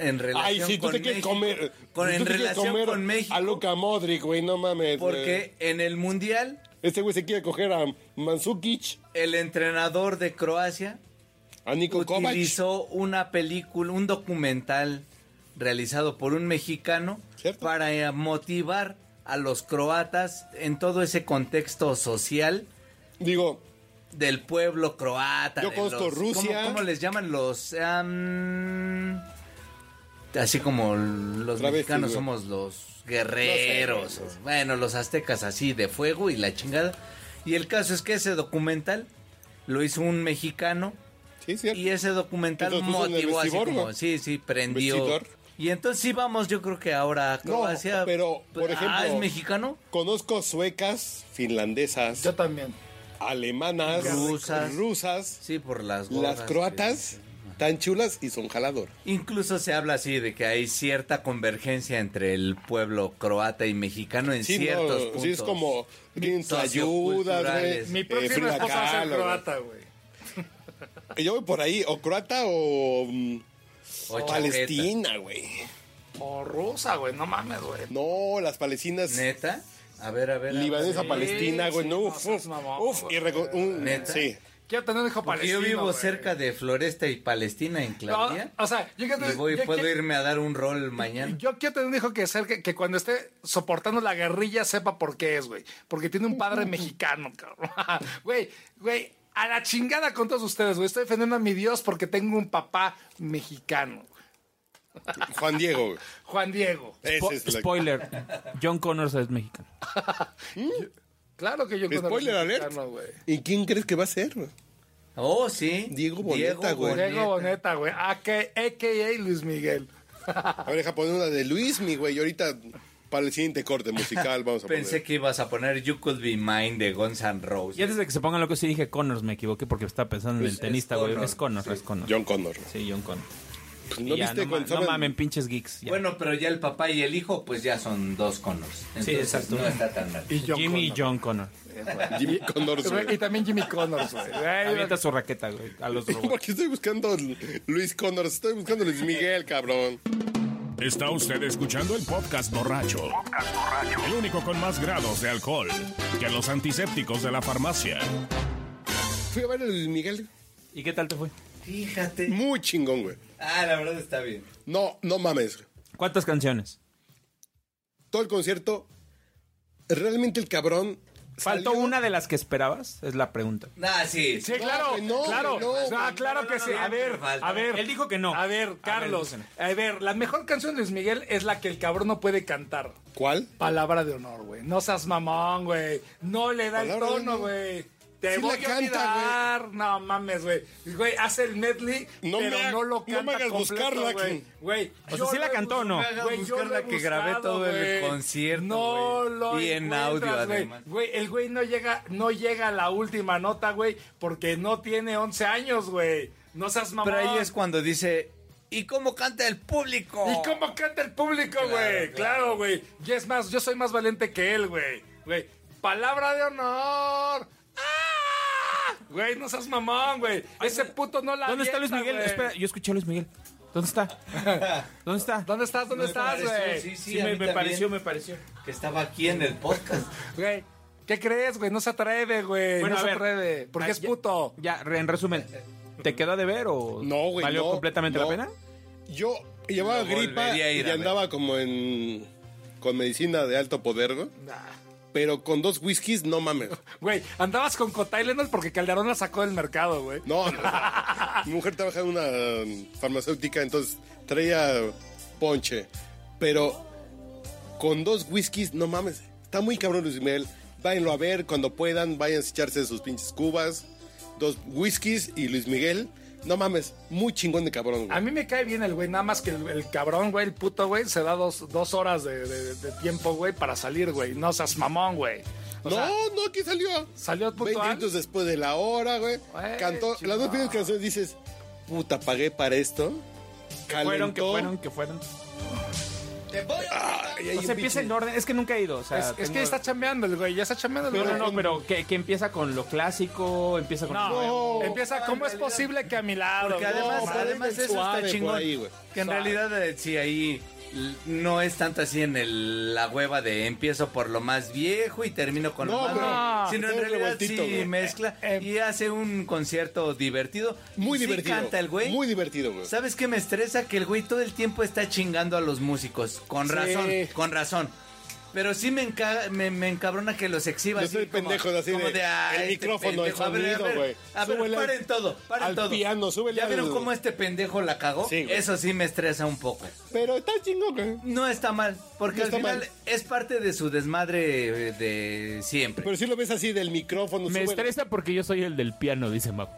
S7: En relación
S6: Ay, sí, tú
S7: con
S6: te quieres
S7: México.
S6: comer.
S7: Con,
S6: tú
S7: en
S6: te quieres
S7: relación
S6: comer
S7: con México.
S6: A Luca Modric, güey, no mames. güey.
S7: Porque en el Mundial,
S6: Este güey se quiere coger a Mansukic,
S7: el entrenador de Croacia
S6: a Nico Kovac.
S7: utilizó una película, un documental realizado por un mexicano
S6: Cierto.
S7: para eh, motivar a los croatas en todo ese contexto social
S6: Digo,
S7: del pueblo croata.
S6: Yo
S7: de
S6: conozco
S7: los-
S6: Rusia.
S7: ¿cómo, cómo les llaman los? am, así como los
S6: Travestis,
S7: mexicanos
S6: güey.
S7: somos los guerreros. o- bueno, los aztecas así de fuego y la chingada. Y el caso es que ese documental lo hizo un mexicano
S6: sí, cierto.
S7: y ese documental
S6: Entonces, puso en el
S7: motivó así
S6: vestidor,
S7: como,
S6: ¿no?
S7: sí, sí, prendió.
S6: Vestidor.
S7: Y entonces sí vamos, yo creo que ahora a
S6: No,
S7: Croacia.
S6: pero, por
S7: Ah,
S6: ejemplo-
S7: ¿es mexicano?
S6: Conozco suecas, finlandesas,
S10: Yo también.
S6: alemanas,
S7: Rusas.
S6: rusas,
S7: Sí, por las gordas
S6: las
S7: que-
S6: croatas, tan chulas y son jalador.
S7: Incluso se habla así de que hay cierta convergencia entre el pueblo croata y mexicano en
S6: Sí,
S7: ciertos
S6: no,
S7: puntos.
S6: sí es como Quinta ayuda,
S7: socioculturales.
S6: güey.
S10: Mi
S6: Eh,
S10: próxima
S6: Frida
S10: esposa va a ser
S6: Kahlo, güey.
S10: croata, güey.
S6: Yo voy por ahí, o croata o, mm,
S7: O chaqueta.
S6: Palestina, güey.
S10: O rusa, güey. No mames, güey.
S6: No, las palestinas,
S7: Neta, a ver, a ver. a ver.
S6: libanesa
S10: Sí,
S6: palestina, güey.
S10: sí,
S6: No,
S10: no
S6: uf,
S10: seas
S6: uf,
S10: mamón,
S6: uf,
S10: güey.
S6: y reco- un-
S7: ¿Neta?
S6: sí.
S10: Quiero tener un hijo
S7: Porque
S10: palestino.
S7: yo vivo
S10: güey.
S7: cerca de Floresta y Palestina en
S10: No,
S7: Claudia.
S10: o sea, yo quiero,
S7: Me voy-
S10: yo
S7: puedo
S10: quiero-
S7: irme a dar un rol mañana.
S10: Yo quiero tener un hijo que, ser, que, que cuando esté soportando la guerrilla sepa por qué es, güey. Porque tiene un padre mexicano, cabrón. Güey, güey, a la chingada con todos ustedes, güey. Estoy defendiendo a mi Dios porque tengo un papá mexicano.
S6: Juan Diego, güey.
S10: Juan Diego.
S6: Ese
S11: Spo-
S6: es la-
S11: Spoiler, John Connors es mexicano.
S10: Claro que yo conozco
S6: Spoiler
S10: a los
S6: alert.
S10: mexicanos, güey.
S6: ¿Y quién crees que va a ser? güey?
S7: Oh, sí.
S6: Diego Boneta, güey.
S10: Diego Boneta, güey. AK, AKA Luis Miguel.
S6: A ver, deja poner una de Luis, mi güey. y Ahorita para el siguiente corte musical vamos a poner.
S7: Pensé que ibas a poner You Could Be Mine de Guns N'
S11: Y
S7: Roses.
S11: antes de que se pongan locos, sí dije Connors, me equivoqué porque estaba pensando en
S7: Pues
S11: el tenista,
S7: es
S11: güey.
S7: Connors,
S11: Es Connors, es Connors.
S6: John Connor. güey.
S11: Sí, John Connors.
S6: Pues,
S11: Y
S6: ¿No
S11: ya,
S6: viste
S11: no,
S6: cuando
S11: ma- no
S6: estaban-
S11: mamen, pinches geeks. ya.
S7: Bueno, pero ya el papá y el hijo, pues ya son dos Connors. Entonces
S11: exacto.
S7: no está tan mal.
S10: Y John
S11: Jimmy y
S10: Connor.
S11: John Connors.
S6: Jimmy Connors, güey.
S10: Y también Jimmy Connors, güey. Güey,
S11: Avienta su raqueta, güey, a los robots.
S6: ¿Por qué estoy buscando Luis Connors? Estoy buscando Luis Miguel, cabrón.
S1: Está usted escuchando el podcast borracho. El único con más grados de alcohol que los antisépticos de la farmacia.
S6: Fui a ver a Luis Miguel.
S11: ¿Y qué tal te fue?
S7: Fíjate.
S6: Muy chingón, güey.
S7: Ah, la verdad está bien.
S6: No, no mames. güey.
S11: ¿Cuántas canciones?
S6: Todo el concierto, realmente el cabrón.
S11: ¿Faltó
S6: salió-
S11: una de las que esperabas? Es la pregunta.
S7: Ah, sí.
S10: Sí,
S6: No,
S10: claro,
S6: güey, no,
S10: claro,
S6: güey, no,
S10: Ah,
S6: güey, no,
S10: claro que
S7: no,
S10: sí.
S7: no,
S10: a
S7: no,
S10: ver,
S7: no, falta.
S10: a ver.
S11: Él dijo que no.
S10: A
S11: A
S10: ver,
S11: ver,
S10: Carlos,
S11: dicen.
S10: a ver, la mejor canción de Luis Miguel es la que el cabrón no puede cantar.
S6: ¿Cuál?
S10: Palabra de honor, güey. No seas mamón, güey. No le da
S6: Palabra de
S10: el tono,
S6: honor.
S10: güey. Te
S6: Sí
S10: voy
S6: la
S10: a
S6: canta,
S10: olvidar. No mames, güey. Güey, hace el medley,
S6: No
S10: pero
S6: me ha-
S10: no
S6: no
S10: lo
S6: me
S10: canta
S6: hagas
S10: completo,
S6: buscarla,
S10: güey.
S6: que-
S10: Güey,
S11: sea,
S10: yo
S11: ¿sí la
S10: lo he
S11: cantó o no?
S10: buscado,
S7: Güey,
S10: yo
S7: buscar
S10: lo he
S7: la que grabé
S10: buscado,
S7: todo el
S10: güey.
S7: concierto,
S10: No
S7: güey.
S10: lo
S7: Y en
S10: encuentras,
S7: audio,
S10: güey.
S7: además.
S10: Güey, el güey no llega, no llega a la última nota, güey, porque no tiene 11 años, güey. No seas mamón.
S7: Pero ahí es cuando dice, ¿y cómo canta el público?
S10: ¿Y cómo canta el público, güey? Claro, güey. Y es más, yo soy más valiente que él, güey. Güey, palabra de honor. ¡Ah! Güey, no seas mamón, güey. Ese puto no la
S11: ¿Dónde está Luis
S10: avienta,
S11: Miguel?
S10: güey.
S11: Espera, yo escuché a Luis Miguel. ¿Dónde está? ¿Dónde está?
S10: ¿Dónde estás? ¿Dónde estás,
S7: pareció,
S10: güey?
S7: sí, sí,
S11: Sí,
S7: a
S11: me,
S7: mí
S11: me
S7: también,
S11: pareció, me pareció.
S7: Que estaba aquí en el podcast.
S10: Güey, ¿qué crees, güey? No se atreve, güey.
S11: Bueno,
S10: no
S11: a
S10: se
S11: ver.
S10: atreve. Porque
S11: Ah,
S10: es
S11: ya-
S10: puto.
S11: Ya, re- en resumen, ¿te quedó de ver o
S6: No, güey.
S11: valió
S6: no,
S11: completamente
S6: no.
S11: la pena?
S6: Yo llevaba
S7: Lo
S6: gripa
S7: volvería a ir
S6: y
S7: a
S6: andaba como en. con medicina de alto poder, güey.
S10: Nah.
S6: Pero con dos whiskies, no mames.
S10: Güey, andabas con Cotylenol porque Calderón la sacó del mercado, güey.
S6: No, no. Mi mujer trabaja en una um, farmacéutica, entonces traía ponche. Pero con dos whiskies, no mames. Está muy cabrón Luis Miguel. Váyanlo a ver cuando puedan. Vayan a echarse sus pinches cubas. Dos whiskies y Luis Miguel. No mames, muy chingón de cabrón,
S10: A
S6: güey.
S10: mí me cae bien el güey, nada más que el, el cabrón, güey, el puto, güey, se da dos, dos horas de, de- de tiempo, güey, para salir, güey. No seas mamón, güey. O
S6: no,
S10: sea,
S6: no, aquí salió.
S10: salió
S6: 20
S10: puntual.
S6: minutos después de la hora, güey.
S10: Güey,
S6: Cantó las dos
S10: chingón.
S6: primeras canciones. Dices, puta, pagué para esto.
S11: Fueron, que
S6: Calentó.
S11: fueron, que fueron.
S6: Ay, hay
S11: O
S6: un
S11: sea, empieza
S6: pinche-
S11: en orden. Es que nunca he ido. O sea,
S10: Es, es
S11: tengo-
S10: que está chambeando el güey, ya está chambeando el
S11: No,
S10: güey.
S11: no, no, pero que, que empieza con lo clásico, empieza con...
S10: No,
S6: No.
S10: empieza, ¿cómo es posible que a mi lado?
S7: Porque
S10: güey?
S7: además,
S6: No, pero
S7: además
S6: es
S7: eso
S6: del suave
S7: está
S6: por
S7: chingón.
S6: ahí, güey.
S7: que en realidad, eh, sí, ahí l- no es tanto así en el- la hueva de empiezo por lo más viejo y termino con
S6: No,
S7: lo más
S6: pero-
S7: nuevo, Sino en
S6: todo
S7: realidad sí
S6: revoltito, güey.
S7: mezcla
S10: Eh, eh.
S7: y hace un concierto divertido.
S6: Muy
S7: Sí
S6: divertido.
S7: canta el güey.
S6: Muy divertido, güey.
S7: ¿Sabes qué me estresa? Que el güey todo el tiempo está chingando a los músicos. Con
S6: Sí.
S7: razón, con razón. Pero sí me, enca- me, me encabrona que los exhiba
S6: Yo
S7: así.
S6: soy
S7: como-
S6: pendejo, así
S7: como
S6: de,
S7: "Ah,
S6: el micrófono, el
S7: pendejo". A ver, a
S6: sonido,
S7: ver,
S6: güey.
S7: A ver,
S6: Súbele al-
S7: paren todo, paren
S6: al
S7: todo.
S6: piano, súbele
S7: ¿Ya vieron
S6: al-
S7: cómo este pendejo la cagó?
S6: Sí, güey.
S7: Eso sí me estresa un poco.
S6: Pero está chingón, güey.
S7: No está mal, porque
S6: No
S7: al
S6: está
S7: final
S6: mal.
S7: es parte de su desmadre eh, de siempre.
S6: Pero si lo ves así del micrófono.
S15: Me
S6: súbele-
S15: estresa porque yo soy el del piano, dice Mau.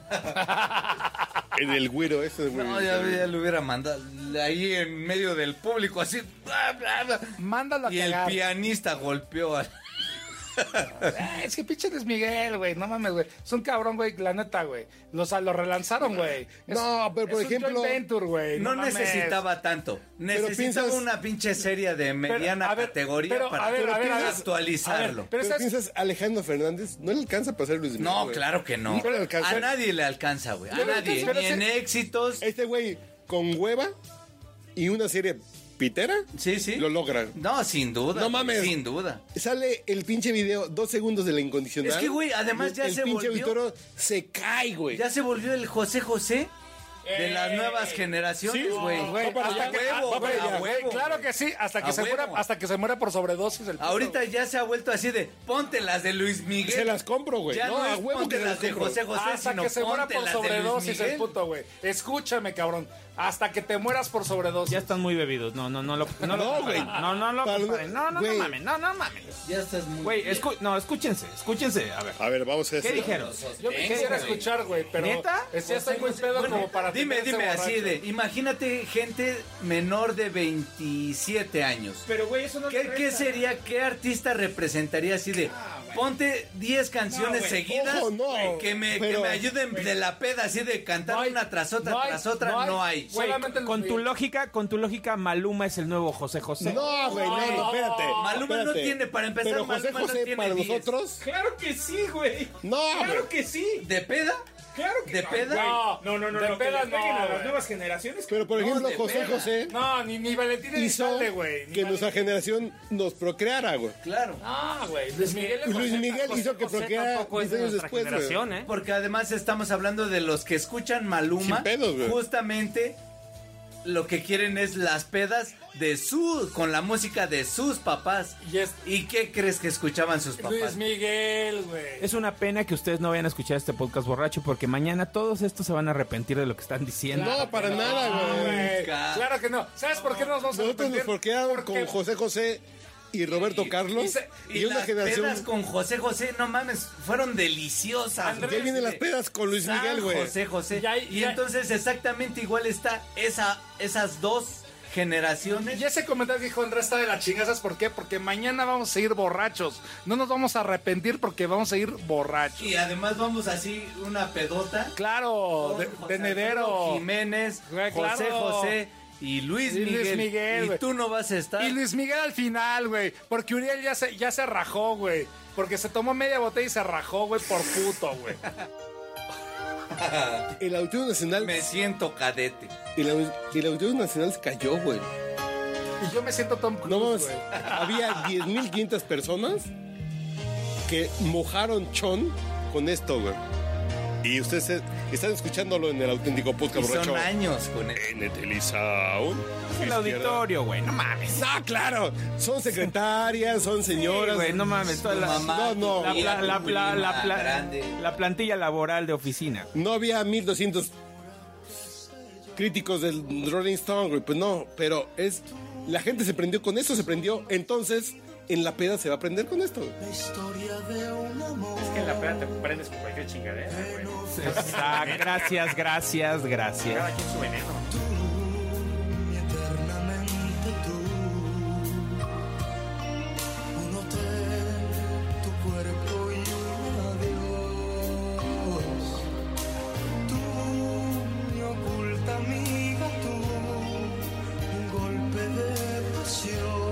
S6: En el güiro, eso es muy
S7: No, ya, ya lo hubiera mandado ahí en medio del público, así. bla, bla, bla.
S10: Mándalo a
S7: Y el
S10: cagar.
S7: pianista golpeó al.
S10: Ah, Es que pinche Luis Miguel, güey, no mames, güey. Es un cabrón, güey, la neta, güey. Los, lo relanzaron, güey. Es-
S6: No, pero por
S10: es un joint
S6: ejemplo-
S10: venture, güey,
S7: No
S10: mames.
S7: necesitaba tanto. Necesitaba
S6: piensas-
S7: una pinche serie de
S10: Pero,
S7: mediana
S10: a ver,
S7: categoría
S10: pero,
S7: para
S10: a ver, a ver, a ver,
S7: actualizarlo.
S10: a ver,
S6: Pero,
S10: pero ¿sabes?
S6: piensas, Alejandro Fernández no le alcanza para ser Luis Miguel.
S7: no,
S6: güey.
S7: claro que no.
S6: No le alcanza.
S7: A nadie le alcanza, güey. A
S10: Pero-
S7: nadie.
S10: pero
S7: Ni en
S10: se-
S7: éxitos.
S10: Eh,
S6: Este güey con hueva y una serie pitera
S7: Sí, sí.
S6: lo logra.
S7: No, sin duda.
S6: No
S7: güey,
S6: mames.
S7: Sin duda.
S6: Sale el pinche video, dos segundos de la incondicional.
S7: Es que, güey, además
S6: Y
S7: ya
S6: el
S7: se
S6: pinche
S7: volvió-
S6: auditorio se cae, güey.
S7: Ya se volvió el José José de las nuevas generaciones, güey.
S10: Güey,
S6: para
S10: hasta
S6: allá,
S10: que-
S6: huevo,
S10: ah, va para
S7: güey,
S10: allá.
S7: a huevo,
S10: Claro
S7: güey.
S10: que sí, hasta que
S7: A
S10: se
S7: huevo.
S10: muera, hasta que se muera por sobredosis el puto,
S7: Ahorita ya se ha vuelto así de ponte las de Luis Miguel.
S6: Se las compro, güey.
S7: Ya
S6: No,
S7: no,
S6: a
S7: es
S6: huevo
S7: ponte
S6: que se
S7: las
S6: las
S7: de
S6: compro.
S7: José José,
S10: hasta
S7: sino
S10: que se muera
S7: ponte
S10: por
S7: las de Luis
S10: sobredosis el
S7: Miguel.
S10: puto, güey. Escúchame, cabrón. Hasta que te mueras por sobredosis.
S11: Ya están muy bebidos. No, no, no lo... No, lo
S6: No, güey.
S11: No, no lo
S6: Para-
S11: comparen. No, no, no
S6: güey.
S11: mames. No, no mames.
S7: Ya estás muy.
S11: Güey, escu- no, escúchense, escúchense. A ver,
S6: A ver, vamos a
S11: ¿qué
S6: hacer-
S11: dijeron?
S10: Yo me quisiera escuchar, güey, pero.
S11: ¿Neta?
S10: Es, ya estoy muy pedo
S7: Bueno,
S10: como para.
S7: dime,
S10: tenerse
S7: dime, así
S10: borracho.
S7: de. Imagínate gente menor de 27 años.
S11: Pero, güey, eso no
S7: ¿Qué, qué sería? ¿Qué artista representaría así de?
S10: Ah,
S7: Ponte 10 canciones
S11: No, güey,
S7: seguidas
S6: ojo, no,
S7: que, me, que
S6: pero-
S7: me ayuden de la peda, así de cantar
S10: No hay-
S7: una tras otra,
S10: no hay-
S7: tras otra,
S10: no hay-
S7: no hay.
S10: Güey, solamente el-
S11: Con tu lógica, con tu lógica, Maluma es el nuevo José José.
S6: No, güey, no, no, espérate.
S7: Maluma no
S6: espérate.
S7: tiene, para empezar,
S6: Pero José
S7: Maluma no
S6: José
S7: tiene
S6: para
S7: 10.
S6: nosotros.
S11: Claro que sí, güey.
S6: No, güey.
S11: que sí.
S7: ¿De peda?
S11: Claro
S7: que- ¿De peda?
S10: No, no, no, no,
S11: De
S10: lo que
S11: peda
S10: les peguen a las nuevas
S11: generaciones.
S6: Pero por
S7: No,
S6: ejemplo,
S7: de
S6: José
S7: veras.
S6: José
S10: No, ni, ni Valentín
S6: hizo
S10: Elizalde, güey. ni
S6: que nuestra
S10: Valentín-
S6: generación nos procreara, güey.
S7: Claro.
S10: Ah, güey. Luis Miguel es
S6: Luis
S10: José-
S6: Miguel
S10: José-
S6: hizo que
S10: José
S6: procreara
S12: Tampoco es
S6: 10
S12: de
S6: años
S12: nuestra
S6: después, güey.
S12: generación, ¿eh?
S7: Porque además estamos hablando de los que escuchan Maluma.
S6: Sin pedos, güey.
S7: justamente lo que quieren es las pedas de su con la música de sus papás.
S10: Y es-
S7: ¿Y qué crees que escuchaban sus papás?
S10: Luis Miguel, güey.
S11: Es una pena que ustedes no vayan a escuchar este podcast borracho porque mañana todos estos se van a arrepentir de lo que están
S8: eh,
S11: diciendo.
S6: No, para nada, güey.
S10: Güey,
S7: Ca-
S10: Claro que no. ¿Sabes por qué no nos vamos a
S6: Nosotros nos
S10: arrepentir?
S6: procrearon
S10: Porque-
S6: con José José y Roberto Carlos.
S10: y se-
S6: Y, una
S7: las pedas
S6: generación.
S7: con José José, no mames, fueron deliciosas.
S10: Andrés,
S6: Ya vienen las pedas con Luis
S7: San
S6: Miguel, güey.
S7: José José.
S10: Y ahí-
S7: y
S10: ya-
S7: entonces exactamente igual está esa, esas dos generaciones.
S10: Y ese comentario que dijo Andrés está de las chingazas. ¿Por qué? Porque mañana vamos a seguir borrachos. No nos vamos a arrepentir porque vamos a ir borrachos.
S7: Y además vamos así una pedota.
S10: Claro, de,
S7: José Alfredo
S10: Tenedero.
S7: Jiménez,
S10: Güey, claro.
S7: José José y Luis
S10: Y Luis
S7: Miguel.
S10: Miguel,
S7: y
S10: güey.
S7: tú no vas a estar.
S10: Y Luis Miguel al final, güey. Porque Uriel ya se, ya se rajó, güey. Porque se tomó media botella y se rajó, güey, por puto, güey.
S6: El Auditorio Nacional.
S7: Me siento cadete.
S6: El, au- el Auditorio Nacional se cayó, güey.
S10: Y yo me siento Tom Cruise,
S6: No mames.
S10: güey.
S6: Había 10.500 personas que mojaron chon con esto, güey. Y ustedes se- están escuchándolo en el auténtico
S7: Y
S6: podcast
S7: son
S6: borracho.
S7: años con él.
S6: En el Sound.
S11: el auditorio, güey. No mames.
S6: Ah, claro. Son secretarias, son señoras.
S11: Güey, no mames. Toda
S7: Tu
S11: la,
S7: mamá,
S6: no,
S11: la,
S7: tu tía,
S11: la, la,
S7: tu
S11: la, la,
S7: prima
S11: pla-
S7: grande.
S11: la plantilla laboral de oficina.
S6: No había 1200 críticos del Rolling Stone, güey. Pues no, pero es. La gente se prendió con eso, se prendió. Entonces, en la peda se va a prender con esto.
S15: Es que en la peda te prendes con cualquier chingadera, güey.
S11: Ah, gracias, gracias, gracias.
S15: Cada quien su veneno.
S5: Oculta amiga, tú, un golpe de pasión.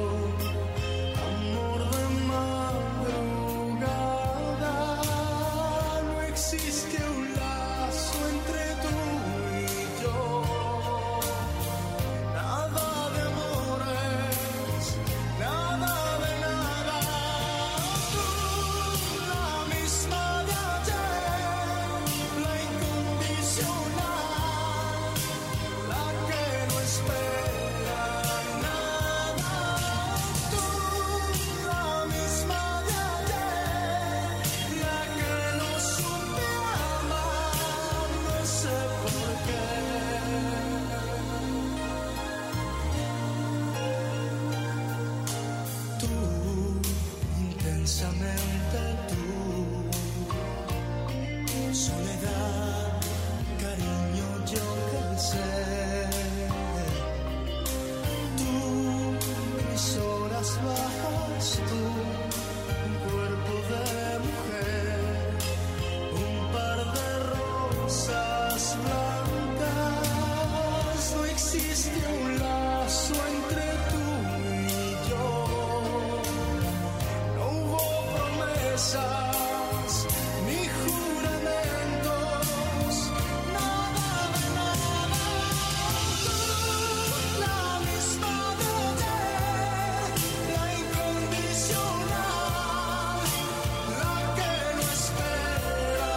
S16: Existe un lazo entre tú y yo. No hubo promesas ni juramentos. Nada de nada. La misma de ayer, la incondicional, la que no espera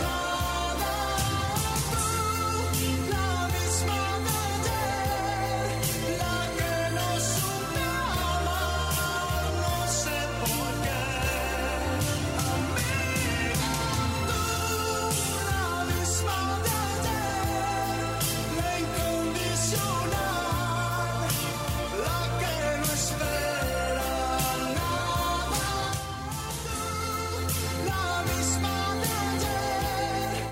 S16: nada. La misma de ayer, la que no supe amar, no sé por qué. Amiga, la misma de ayer, la incondicional, la que no espera nada. La misma de ayer.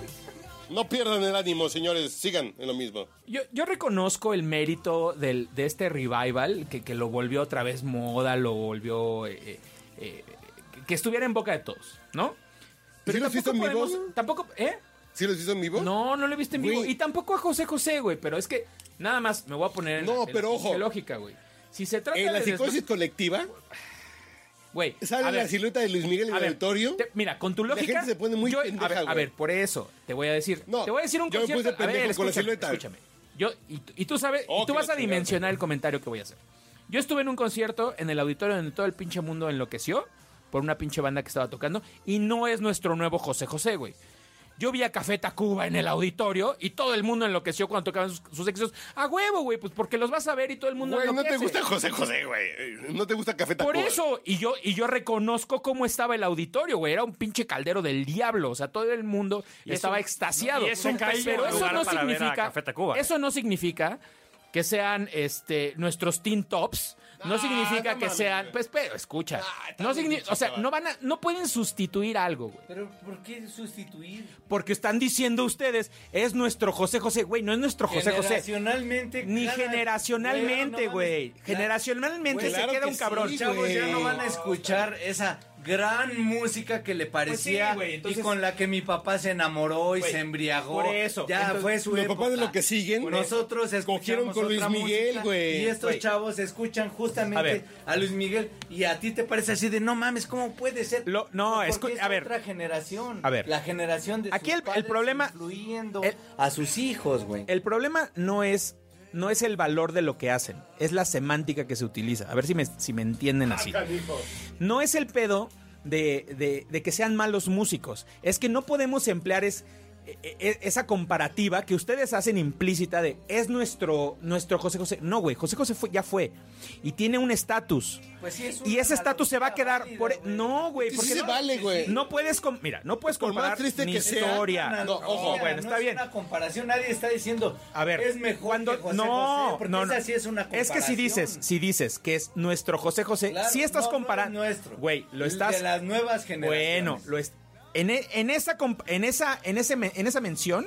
S6: No pierdan el ánimo, señores. Sigan en lo mismo.
S8: Yo, yo reconozco el mérito del, de este revival, que, que lo volvió otra vez moda, lo volvió... eh, eh, eh, que- que estuviera en boca de todos, ¿no?
S6: ¿Sí los viste en vivo?
S8: Tampoco, ¿eh?
S6: ¿Sí los viste en vivo?
S8: No, no lo viste en vivo. Y tampoco a José José, güey. Pero es que, nada más, me voy a poner en
S6: No,
S8: en
S6: pero
S8: la
S6: ojo.
S8: lógica, güey. Si se trata
S6: En la
S8: de
S6: psicosis colectiva
S8: Güey,
S6: sale
S8: a
S6: la
S8: ver.
S6: silueta de Luis Miguel en
S8: A
S6: el
S8: ver,
S6: auditorio.
S8: te- mira, con tu
S6: La
S8: lógica.
S6: gente se pone muy
S8: yo- a
S6: pendeja,
S8: ver, a
S6: güey.
S8: ver, por eso te voy a decir.
S6: No,
S8: te voy a decir un
S6: yo me
S8: concierto.
S6: puse
S8: a ver,
S6: pendejo con la
S8: escúchame,
S6: silueta.
S8: Escúchame. Yo, y, tú- y tú sabes, y tú
S6: que
S8: vas
S6: la chingada.
S8: a dimensionar el comentario que voy a hacer. Yo estuve en un concierto en el auditorio donde todo el pinche mundo enloqueció por una pinche banda que estaba tocando y no es nuestro nuevo José José, güey. Yo vi a Café Tacuba en el auditorio y todo el mundo enloqueció cuando tocaban sus, sus éxitos. A huevo, güey, pues porque los vas a ver y todo el mundo
S6: Güey, no te
S8: enloquece.
S6: gusta José José, güey. Eh, No te gusta Café
S8: Por
S6: Tacuba.
S8: eso, y yo, y yo reconozco cómo estaba el auditorio, güey. Era un pinche caldero del diablo. O sea, todo el mundo
S12: Y eso-
S8: estaba extasiado.
S12: y eso cae
S8: pero
S12: en
S8: eso
S12: lugar
S8: no
S12: para ver a
S8: significa.
S12: Café Tacuba, ¿eh?
S8: Eso no significa que sean este nuestros teen tops. No
S12: Ah,
S8: significa que sean. Pues, pero, escucha. no signi- o sea, no van a, no pueden sustituir algo, güey.
S7: Pero ¿por qué sustituir?
S8: Porque están diciendo ustedes, es nuestro José José, güey, no es nuestro José José.
S7: Generacionalmente.
S8: Ni
S7: cada-
S8: generacionalmente, güey.
S7: mames.
S8: Generacionalmente
S7: Güey,
S8: se
S7: claro
S8: queda
S7: que
S8: un cabrón.
S7: sí, chavos ya no van a escuchar esa gran música que le parecía
S8: Pues sí, güey, entonces-
S7: y con la que mi papá se enamoró y
S8: Güey,
S7: se embriagó.
S8: por eso.
S7: Ya
S8: Entonces,
S7: fue su
S6: los
S7: época.
S6: papás de lo que siguen,
S7: Por Nosotros
S6: cogieron
S7: escuchamos
S6: con Luis
S7: otra
S6: Miguel,
S7: música
S6: güey.
S7: Y estos
S6: Güey.
S7: chavos escuchan justamente
S8: A
S7: a,
S8: ver.
S7: Luis Miguel y a ti te parece así de no mames, ¿cómo puede ser? Pues
S8: Lo- no,
S7: Porque
S8: escu-
S7: es
S8: a ver.
S7: otra generación.
S8: A ver.
S7: La generación de
S8: Aquí
S7: sus
S8: el- el
S7: padres
S8: problema-
S7: influyendo
S8: el-
S7: a sus hijos, güey.
S8: El problema no es, no es el valor de lo que hacen, es la semántica que se utiliza. A ver si me, si me entienden así. No es el pedo de, de- de que sean malos músicos, es que no podemos emplear es- e- e- esa comparativa que ustedes hacen implícita de es nuestro, nuestro José José. No, güey, José José fue- ya fue y tiene un estatus.
S7: Pues sí, es
S8: Y
S7: una
S8: ese estatus se va a quedar
S7: válida,
S8: por... e
S7: güey.
S8: No, güey,
S6: Sí,
S8: porque
S6: sí se
S8: no,
S6: vale, güey.
S8: no puedes... com- Mira, no puedes
S6: Por más
S8: comparar
S6: triste
S8: ni
S6: que sea,
S8: historia.
S7: Una
S6: No,
S7: analogía,
S6: ojo.
S8: bueno, está
S7: es
S8: bien.
S7: una comparación, nadie está diciendo
S8: A ver,
S7: es mejor
S8: cuando
S7: que José
S8: no,
S7: José, porque
S8: no,
S7: esa
S8: no.
S7: sí es una
S8: Es
S7: comparación.
S8: que si dices, si dices que es nuestro José José,
S7: Claro,
S8: si estás
S7: no,
S8: comparando
S7: no es nuestro.
S8: güey, lo estás
S7: de las nuevas
S8: bueno,
S7: generaciones.
S8: lo es en, e- en esa comp- en esa en ese me- en esa mención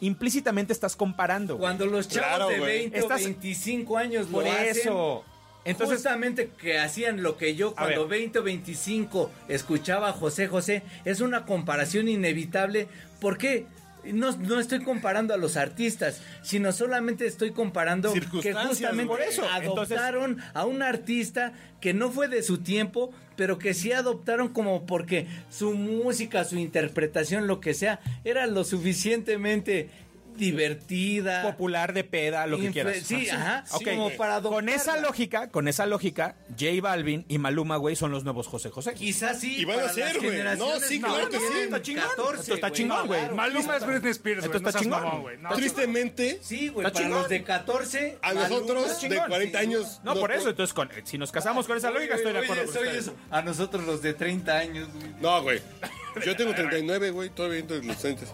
S8: implícitamente estás comparando. güey.
S7: cuando los chavos
S6: Claro,
S7: de
S6: güey.
S7: 20 o
S8: Estás-
S7: 25 años
S8: por
S7: lo hacen,
S8: eso. Entonces,
S7: justamente que hacían lo que yo
S8: A
S7: cuando
S8: ver.
S7: 20 o 25 escuchaba a José José, es una comparación inevitable. ¿Por qué? No, no estoy comparando a los artistas, sino solamente estoy comparando que
S6: Circunstancias,
S7: justamente
S6: por eso.
S7: adoptaron a un artista que no fue de su tiempo, pero que sí adoptaron como porque su música, su interpretación, lo que sea, era lo suficientemente divertida.
S8: popular de peda, lo que
S7: Influ-
S8: quieras.
S7: sí, ajá, sí,
S8: Ok,
S7: como
S8: güey.
S7: para
S8: Con esa
S7: adoptarla.
S8: lógica, con esa lógica, J Balvin y Maluma, güey, son los nuevos José José.
S7: Quizás sí.
S6: Y van
S7: para
S6: a ser,
S7: las
S6: güey.
S7: generaciones
S6: No, sí,
S7: más
S6: claro que
S7: jóvenes,
S6: sí.
S8: Está chingón.
S7: 14,
S8: Esto está chingón, güey.
S7: claro,
S10: Maluma es
S7: claro.
S10: Britney Spears,
S8: Esto
S10: güey. No
S8: está
S10: seas
S8: chingón.
S10: mamón, güey. No,
S6: Tristemente,
S7: Sí, güey,
S8: Está
S7: para
S8: chingón.
S7: los de 14.
S6: a
S7: Maluma-
S6: nosotros de
S8: chingón,
S6: 40
S7: sí.
S6: años.
S8: No,
S6: nos-
S8: por eso, entonces, con- si nos casamos con esa lógica, estoy de
S7: Oye,
S8: acuerdo. con
S7: soy
S8: ustedes.
S7: eso. A nosotros los de 30 años, güey.
S6: No, güey. Yo tengo 39, güey. Todavía entro en los 30.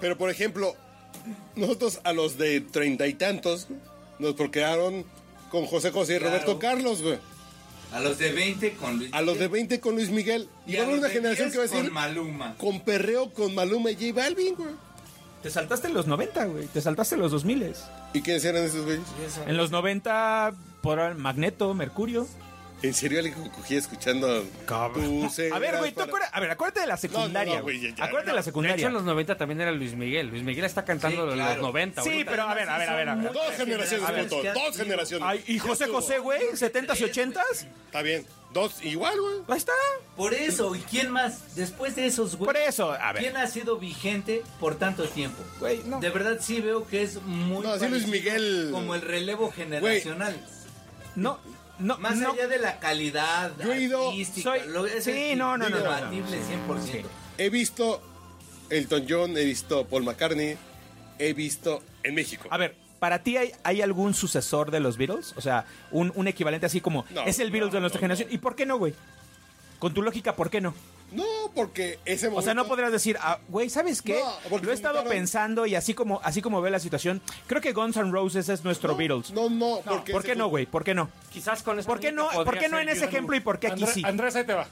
S6: Pero, por ejemplo, nosotros a los de treinta y tantos nos procrearon con José José y
S7: Claro.
S6: Roberto Carlos, güey.
S7: A los de 20 con Luis
S6: A los de 20 con Luis Miguel. Y,
S7: Y a
S6: vamos a
S7: los
S6: una
S7: de
S6: generación que va a
S7: 10
S6: decir
S7: Con Maluma.
S6: con perreo, con Maluma y J Balvin, güey.
S8: Te saltaste los 90, güey. Te saltaste los 2000.
S6: ¿Y quiénes eran esos güeyes?
S8: En los 90, por Magneto, Mercurio.
S6: En serio, alguien cogía escuchando. Tú
S8: A ver, güey, tú
S6: para-
S8: acuérdate- a ver, acuérdate de la secundaria.
S1: güey,
S8: güey.
S1: ya, ya.
S8: acuérdate de la
S1: De hecho,
S8: secundaria.
S1: en los 90 también era Luis Miguel. Luis Miguel está cantando
S8: Sí,
S1: en
S8: claro.
S1: los 90.
S8: Sí,
S1: ahorita.
S8: pero a ver, a ver, a ver. a ver.
S6: Dos generaciones
S8: A ver,
S6: juntos,
S8: ya-
S6: dos generaciones.
S8: Ay, y
S6: Ya
S8: José
S6: estuvo.
S8: José, güey, 70s y 80s.
S6: Está bien. Dos igual, güey.
S8: Ahí está.
S7: Por eso, ¿y quién más? Después de esos, güey.
S8: Por eso, a ver.
S7: ¿Quién ha sido vigente por tanto tiempo? De verdad sí veo que es muy.
S8: No, sí, Luis
S7: parecido
S8: Miguel.
S7: Como el relevo generacional.
S8: No, no.
S7: Más
S8: no.
S7: allá de la calidad. Yo he ido.
S8: Sí, no, no, no, no, no.
S7: Debatible 100%.
S6: He visto Elton John, he visto Paul McCartney, he visto en México.
S8: A ver, ¿para ti hay, hay algún sucesor de los Beatles? O sea, un, un equivalente así como,
S6: No,
S8: es el Beatles de nuestra generación. ¿Y por qué no, güey? Con tu lógica, ¿por qué no?
S6: No, porque ese
S8: O sea, no podrías decir, ah, güey, ¿sabes qué?
S6: No, porque
S8: Lo he estado
S6: juntaron-
S8: pensando y así como, así como ve la situación, creo que Guns N' Roses es nuestro Beatles.
S6: No, no,
S8: ¿por
S10: porque
S8: qué,
S10: ese
S8: no,
S10: fue-
S8: güey? ¿Por qué no?
S1: Quizás con esa
S8: ¿Por qué no-
S1: lógica
S8: por qué no
S1: podría
S8: en
S1: ser
S8: ese
S1: YouTube.
S8: ejemplo y por qué aquí
S1: André-
S8: sí?
S10: Andrés, ahí te va.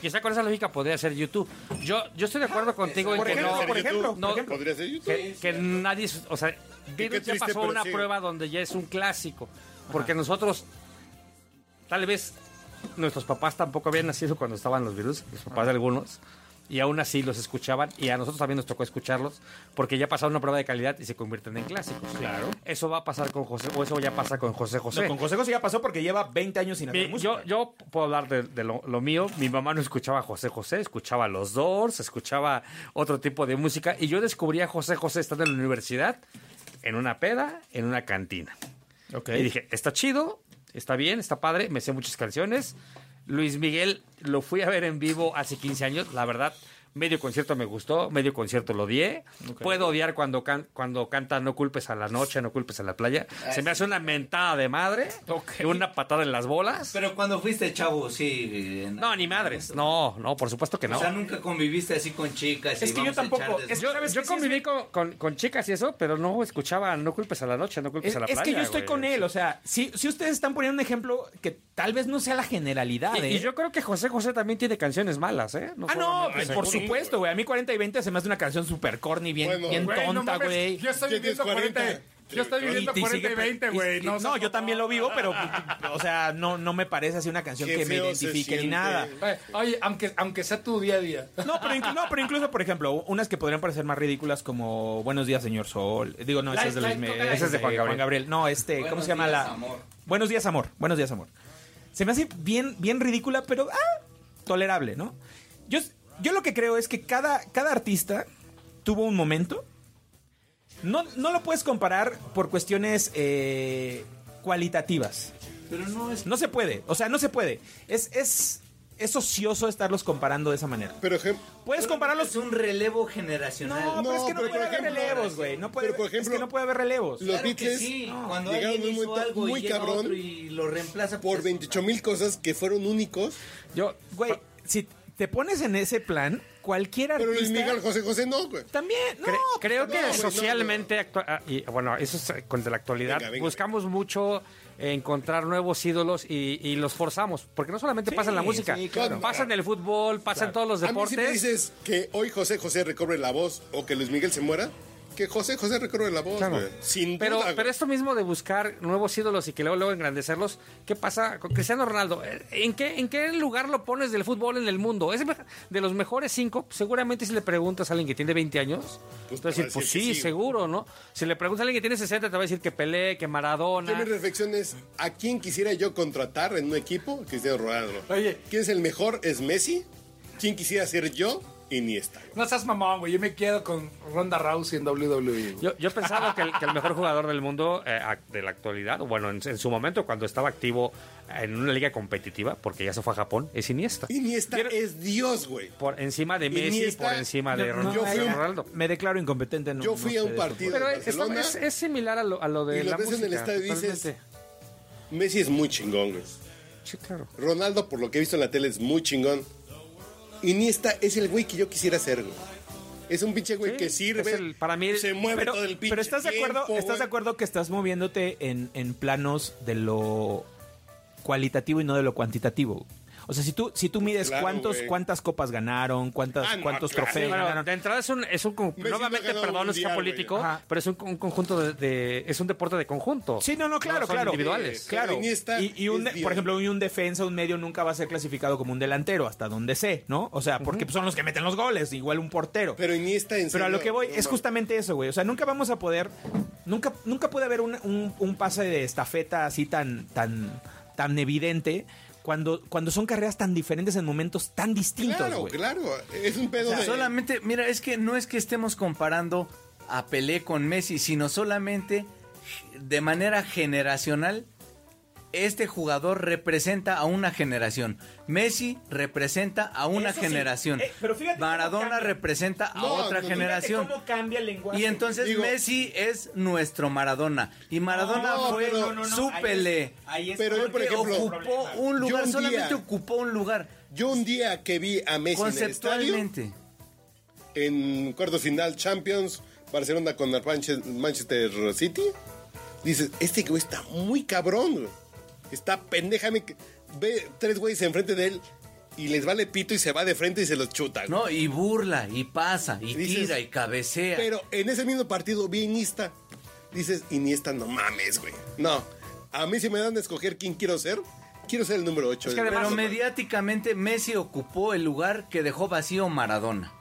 S1: Quizá con esa lógica podría ser YouTube. Yo, yo estoy de acuerdo contigo en
S6: por
S1: que
S6: ejemplo,
S1: no.
S6: por ejemplo, por
S1: no-
S6: ejemplo. Podría ser YouTube.
S1: Que, que nadie. es- O sea, Beatles ya
S6: triste,
S1: pasó
S6: pero
S1: una
S6: sí.
S1: prueba donde ya es un clásico. Porque nosotros, tal vez, nuestros papás tampoco habían nacido cuando estaban los virus, los papás de algunos. Y aún así los escuchaban y a nosotros también nos tocó escucharlos porque ya pasaron una prueba de calidad y se convierten en clásicos.
S8: Claro.
S1: Eso va a pasar con José, o eso ya pasa con José José.
S8: No, con José José ya pasó porque lleva 20 años sin hacer
S1: Mi-
S8: música.
S1: yo, yo puedo hablar de, de lo, lo mío. Mi mamá no escuchaba a José José, escuchaba a los Doors, escuchaba otro tipo de música. Y yo descubrí a José José estando en la universidad, en una peda, en una cantina. Y dije, está chido, está bien, está padre, me sé muchas canciones. Luis Miguel lo fui a ver en vivo hace 15 años, la verdad. Medio concierto me gustó, medio concierto lo odié.
S8: Ok.
S1: Puedo odiar cuando, can- cuando canta No culpes a la noche, No culpes a la playa. Se me hace una mentada de madre, una patada en las bolas.
S7: Pero cuando fuiste chavo, sí. eh,
S1: No, ni madres. No, no, por supuesto que no.
S7: O sea, nunca conviviste así con chicas. y vamos a echar desmadre.
S1: Yo, yo conviví con, con- con chicas y eso, pero no escuchaba No culpes a la noche, No culpes
S8: Es,
S1: a la
S8: es
S1: playa.
S8: que yo estoy
S1: güey.
S8: con él, o sea, si, si ustedes están poniendo un ejemplo que tal vez no sea la generalidad,
S1: Y,
S8: ¿eh?
S1: y yo creo que José José también tiene canciones malas, ¿eh?
S8: ah, no,
S1: solamente-
S8: pues, por supuesto, güey. A mí 40 y 20 se me hace una canción súper corny, bien,
S1: Bueno.
S8: bien
S1: Güey, no
S8: tonta,
S1: mames,
S8: güey.
S1: yo estoy Ya tienes viviendo 40. 40.
S10: Yo estoy viviendo
S8: te
S10: 40 y
S8: sigue-
S10: 20, güey,
S8: y-
S10: no
S8: No,
S10: seas
S8: yo también lo vivo, pero, o sea, no, no me parece así una canción
S10: Qué
S8: que me
S10: feo se
S8: identifique ni
S10: siente.
S8: nada.
S10: Oye, Oye, aunque, aunque sea tu día a día.
S8: No pero, inclu- no, pero incluso, por ejemplo, unas que podrían parecer más ridículas como Buenos días, señor Sol. Digo, no, esa
S1: Like,
S8: es de Luis
S1: like,
S8: Me-
S1: toca la-
S8: esa es de Juan Gabriel. No, este, ¿cómo
S1: Buenos
S8: se llama
S1: días,
S8: la?
S1: amor.
S8: Buenos días, amor. Buenos días, amor. Se me hace bien, bien ridícula, pero ah, tolerable, ¿no? Yo, yo lo que creo es que cada, cada artista tuvo un momento. No, no lo puedes comparar por cuestiones eh, cualitativas.
S7: Pero no es.
S8: No se puede. O sea, no se puede. Es, es, es ocioso estarlos comparando de esa manera.
S6: Pero
S8: Puedes compararlos. Es
S7: un relevo generacional.
S8: No, pero es que no
S6: pero
S8: puede
S6: por
S8: haber
S6: ejemplo-
S8: relevos, güey. No puede,
S6: pero por
S8: es que no puede haber relevos.
S6: Los Beatles
S7: Cuando
S6: llegaron a
S7: alguien
S6: un
S7: hizo
S6: momento
S7: algo y
S6: muy
S7: llega
S6: cabrón
S7: otro y lo reemplaza pues,
S6: por 28 mil cosas que fueron únicos.
S1: Yo,
S8: güey, si te pones en ese plan, cualquier
S6: Pero Luis
S8: artista-
S6: Miguel José José no, güey.
S8: También, pues,
S1: Cre- creo que
S6: No, güey, no,
S1: socialmente, actua- ah, y, bueno, eso es eh, con de la actualidad,
S6: Venga, venga,
S1: buscamos mucho encontrar nuevos ídolos y, y los forzamos, porque no solamente
S6: Sí,
S1: pasa en la música,
S6: sí, claro.
S1: pasa en el fútbol, pasa en todos los
S6: A mí si me
S1: deportes.
S6: dices que hoy José José recobre la voz o que Luis Miguel se muera, que José José recobre la voz,
S1: Claro.
S6: güey. Sin
S1: pero,
S6: duda,
S1: pero esto mismo de buscar nuevos ídolos y que luego, luego engrandecerlos, ¿qué pasa con Cristiano Ronaldo? Eh, ¿En qué, ¿En qué lugar lo pones del fútbol en el mundo? Es de los mejores cinco, seguramente si le preguntas a alguien que tiene 20 años,
S6: Pues
S1: te va a
S6: te
S1: decir,
S6: va a decir
S1: pues
S6: que
S1: sí,
S6: sí, güey.
S1: seguro, ¿no? Si le preguntas a alguien que tiene 60, te va a decir que Pelé, que Maradona.
S6: Yo mi reflexión es, ¿a quién quisiera yo contratar en un equipo? Cristiano Ronaldo. Oye. ¿Quién es el mejor? ¿Es Messi? ¿Quién quisiera ser yo? Iniesta.
S10: No seas mamón, güey. Yo me quedo con Ronda Rousey en WWE. güey.
S1: Yo, yo pensaba que el, que el mejor jugador del mundo eh, ac- de la actualidad, o bueno, en, en su momento cuando estaba activo en una liga competitiva, porque ya se fue a Japón, es Iniesta.
S6: Iniesta es Dios, güey.
S1: Por encima de Messi,
S6: Iniesta-
S1: por encima de
S6: Yo-
S1: Ronaldo.
S6: yo fui a un-
S1: Ronaldo.
S8: Me declaro incompetente. No,
S6: Yo fui
S8: no
S6: a
S8: sé
S6: un
S8: de
S6: partido
S8: fútbol.
S1: Pero
S6: de
S1: es, es-
S6: Barcelona.
S1: es- es similar a lo, a lo de
S6: y lo
S1: la
S6: ves en el
S1: música,
S6: estadio y dices,
S1: totalmente.
S6: Messi es muy chingón, güey.
S1: Sí, claro.
S6: Ronaldo, por lo que he visto en la tele, es muy chingón. Iniesta es el güey que yo quisiera ser, güey. Es un pinche güey que sirve.
S1: es el- para mí-
S6: se mueve
S1: pero-
S6: todo el pinche.
S8: Pero estás de acuerdo,
S6: tiempo,
S8: estás de
S6: güey.
S8: acuerdo que estás moviéndote en, en planos de lo cualitativo y no de lo cuantitativo. O sea, si tú, si tú mides
S12: Claro,
S8: cuántos,
S12: güey.
S8: cuántas copas ganaron, cuántas,
S12: Ah, no,
S8: cuántos
S12: claro.
S8: trofeos
S12: Sí, bueno,
S8: ganaron.
S12: de entrada es un, es un con-
S8: siento
S12: nuevamente
S8: ganador
S12: perdón es que
S8: mundial,
S12: político,
S8: güey. Ajá.
S12: pero es un, un conjunto de, de- es un deporte
S16: Este
S12: de conjunto.
S8: Sí, no, no, claro,
S12: son
S8: claro.
S12: Individuales.
S8: Claro. Y, y un, por ejemplo, y un defensa, un medio nunca va a ser clasificado como un delantero, hasta donde sé, ¿no? O sea, porque son los que meten los goles, igual un portero.
S6: Pero Iniesta en
S8: Pero a
S6: serio,
S8: lo que voy
S6: no
S8: es
S6: mames.
S8: justamente eso, güey. O sea, nunca vamos a poder. Nunca, nunca puede haber un, un- un pase de estafeta así tan, tan, tan evidente. Cuando, cuando son carreras tan diferentes en momentos tan distintos, güey.
S6: Es un pedo
S8: O sea,
S6: de-
S7: Solamente, mira, es que no es que estemos comparando a Pelé con Messi, sino solamente de manera generacional. Este jugador representa a una generación. Messi representa a una
S8: Eso sí.
S7: generación.
S8: Eh, pero fíjate cómo
S7: Maradona
S8: cambia.
S7: representa a
S8: No,
S7: otra
S8: no, no.
S7: generación.
S8: Fíjate cómo cambia el lenguaje.
S7: Y entonces
S8: Digo-
S7: Messi es nuestro Maradona. Y Maradona
S8: No,
S7: fue
S8: pero-
S7: no,
S8: no, no, no,
S7: su
S8: ahí es-
S7: Pelé.
S8: ahí es
S7: Pero
S8: Pero yo, por
S7: por
S8: ejemplo,
S7: ocupó un
S6: yo
S7: lugar,
S6: un día-
S7: solamente ocupó un lugar.
S6: Yo un día que vi a Messi en el estadio,
S7: Conceptualmente.
S6: en cuartos final Champions, Barcelona con el Manche- Manchester City, dices, este güey está muy cabrón, güey. Está pendejame. que- Ve tres güeyes enfrente de él y les vale pito y se va de frente y se los chuta.
S7: No, y burla, y pasa, y
S6: Dices,
S7: tira, y cabecea.
S6: Pero en ese mismo partido vi a Iniesta. Dices, Iniesta, no mames, güey. No, a mí si me dan de escoger quién quiero ser, quiero ser el número 8.
S7: pero mediáticamente Messi ocupó el lugar que dejó vacío Maradona.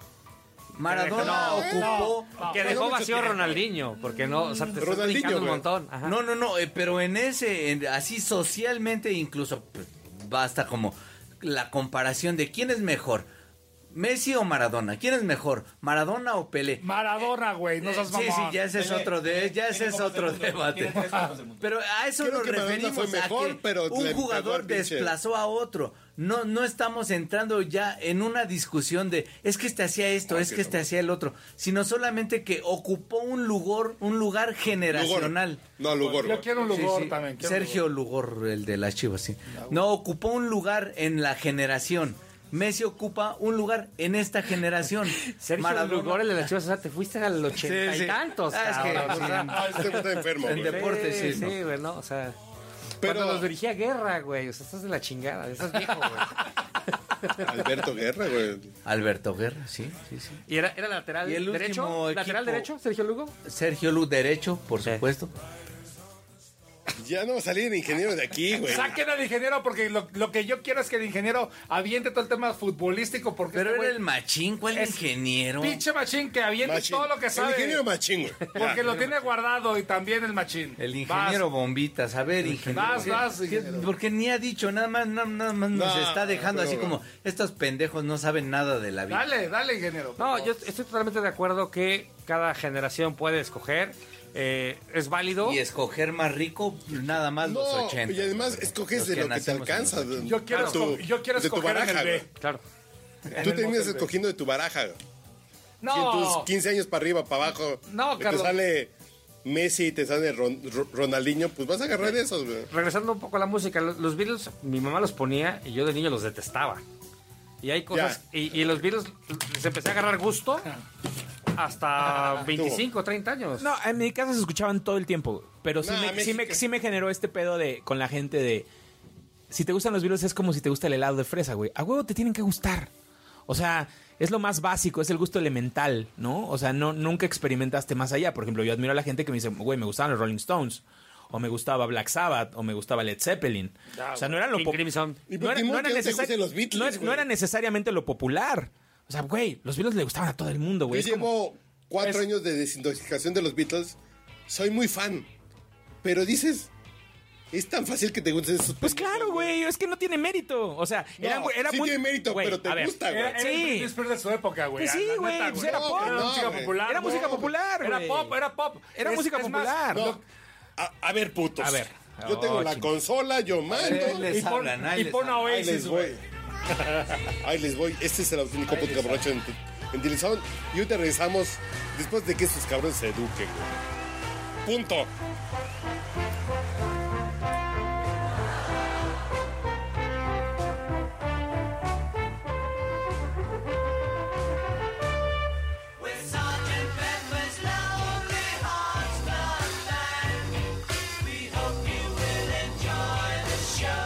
S7: Maradona
S12: Que dejó- no,
S7: ocupó.
S12: no, que dejó vacío a Ronaldinho, porque no, o sea, te estás brincando un montón. Ajá.
S7: No, no, no, eh, pero en ese, en- así socialmente incluso p- basta como la comparación de quién es mejor. Messi o Maradona, ¿quién es mejor? ¿Maradona o Pelé?
S10: Maradona, güey, no seas
S7: Eh, Sí,
S10: mamón.
S7: sí, ya ese es otro, de, ya ese es otro debate. Pero a eso
S6: Creo
S7: nos
S6: que Maradona
S7: referimos
S6: fue mejor,
S7: a que
S6: pero le
S7: un
S6: pegó
S7: jugador
S6: al pinche.
S7: desplazó a otro. No, no estamos entrando ya en una discusión de es que este hacía esto,
S6: Ah,
S7: es
S6: sí,
S7: que este
S6: no.
S7: hacía el otro, sino solamente que ocupó un lugar, un lugar generacional.
S6: No, Lugor.
S10: Yo quiero un
S7: Sí,
S10: Lugor
S7: sí.
S10: también. quiero un
S7: Sergio Lugor. el de las Chivas, sí. No, ocupó un lugar en la generación. Messi ocupa un lugar en esta generación.
S12: Sergio Lugor, el de las Chivas, o sea, te fuiste al ochenta
S7: Sí, sí.
S12: y tantos.
S7: Ah, es que-
S12: cabrón, o sea.
S7: Ah, este güey está enfermo, En güey. deportes, sí,
S12: Sí,
S7: no.
S12: güey, no, o sea. Cuando nos dirigía Guerra, güey, o sea, estás de la chingada, estás viejo, güey.
S6: Alberto Guerra, güey.
S7: Alberto Guerra, sí, sí, sí.
S12: ¿Y era, era lateral
S7: Y el último
S12: derecho? ¿Lateral
S7: equipo-
S12: derecho, Sergio Lugo?
S7: Sergio Luz derecho, por supuesto.
S6: Ya no va a salir el ingeniero de aquí, güey.
S10: Saquen al ingeniero porque lo, lo que yo quiero es que el ingeniero aviente todo el tema futbolístico porque
S7: Pero
S10: este
S7: era
S10: güey-
S7: el machín, ¿cuál
S10: Es
S7: ingeniero?
S10: Pinche machín que aviente
S7: Machín.
S10: todo lo que
S7: El
S10: sabe.
S7: ingeniero
S6: machín, güey.
S10: Porque lo tiene guardado y también el machín.
S7: El ingeniero Bombitas, a ver, ingeniero.
S10: Vas, vas,
S7: ¿Qué-
S10: ingeniero.
S7: Porque ni ha dicho, nada más, nada, nada más nos
S10: No,
S7: está dejando
S10: pero
S7: así como, estos pendejos no saben nada de la vida.
S10: Dale, dale, ingeniero.
S12: No, yo estoy totalmente de acuerdo que cada generación puede escoger. eh, es válido.
S7: Y escoger más rico, nada más los 80.
S6: y además escoges
S7: Los
S6: de
S7: que
S6: lo que te
S7: nacimos en los
S6: alcanza. de-
S10: Yo quiero
S6: de tu-
S10: esco- yo quiero
S6: de tu
S10: escoger en
S6: baraja,
S10: el B.
S6: güey.
S12: Claro.
S10: En
S6: Tú
S10: el
S6: terminas
S10: Monterrey.
S6: escogiendo de tu baraja. güey.
S10: No.
S6: Y en tus 15 años para arriba, para abajo.
S12: No,
S6: y
S12: Carlos.
S6: Te sale Messi, te sale Ron- Ro- Ronaldinho, pues vas a agarrar de esos, güey.
S12: Regresando un poco a la música, lo- los Beatles, mi mamá los ponía y yo de niño los detestaba. Y hay cosas. Y, y los Beatles les empecé a agarrar gusto
S8: Ah.
S10: Ah,
S12: hasta 25, 30 años.
S8: No, en mi casa se escuchaban todo el tiempo, güey. pero sí,
S12: Nah,
S8: me, sí, me-
S12: México.
S8: sí me generó este pedo de con la gente de si te gustan los virus es como si te gusta el helado de fresa, güey. A huevo te tienen que gustar. O sea, es lo más básico, es el gusto elemental, ¿no? O sea, no nunca experimentaste más allá. Por ejemplo, yo admiro a la gente que me dice, "Güey, me gustaban los Rolling Stones." O me gustaba Black Sabbath, o me gustaba Led Zeppelin.
S12: Ya,
S8: o sea,
S12: Ah, güey.
S8: no eran lo
S12: King
S8: po-
S12: Crimson. ¿Y por
S8: no era-
S12: qué
S8: no era
S12: Monty no te
S8: necesar-
S12: gustan los Beatles,
S8: no es-
S12: güey?
S8: no era necesariamente lo popular. O sea, güey, los Beatles le gustaban a todo el mundo,
S6: Yo
S8: güey. Es como-
S6: llevo cuatro años de desintoxicación de los Beatles. Soy muy fan. Pero dices, es tan fácil que te gusten esos.
S8: Pues claro, güey, es que no tiene mérito. O sea,
S6: No,
S8: era, era
S6: sí
S8: muy.
S6: tiene mérito,
S8: güey,
S6: pero te
S8: a ver,
S6: gusta, güey.
S8: era-
S10: Era
S8: sí.
S10: el Britney Spears de su época, güey.
S8: Pues sí,
S10: la neta,
S8: güey, pues era
S10: No,
S8: pop.
S10: Era
S8: No,
S10: música
S8: güey.
S10: popular.
S8: Era música popular,
S10: Era
S8: güey.
S10: pop, era pop.
S8: Era
S10: Es-
S8: música
S10: es más,
S8: popular.
S10: lo-
S8: No.
S6: A, a ver, putos.
S8: A ver.
S6: Yo tengo
S8: Oh,
S6: la
S8: chinga.
S6: consola, yo mando.
S10: Ahí les
S6: y pon,
S10: hablan, ahí
S6: y
S10: les
S6: pon a
S10: hablan.
S6: Oasis,
S10: Ahí les
S6: güey. Ahí les voy. Este es el auténtico podcast borracho en, en Tilizón. Y hoy te regresamos después de que estos cabrones se eduquen, güey. Punto.
S16: With Sergeant Pepper's Lonely Hearts Club Band. We hope you will enjoy the show.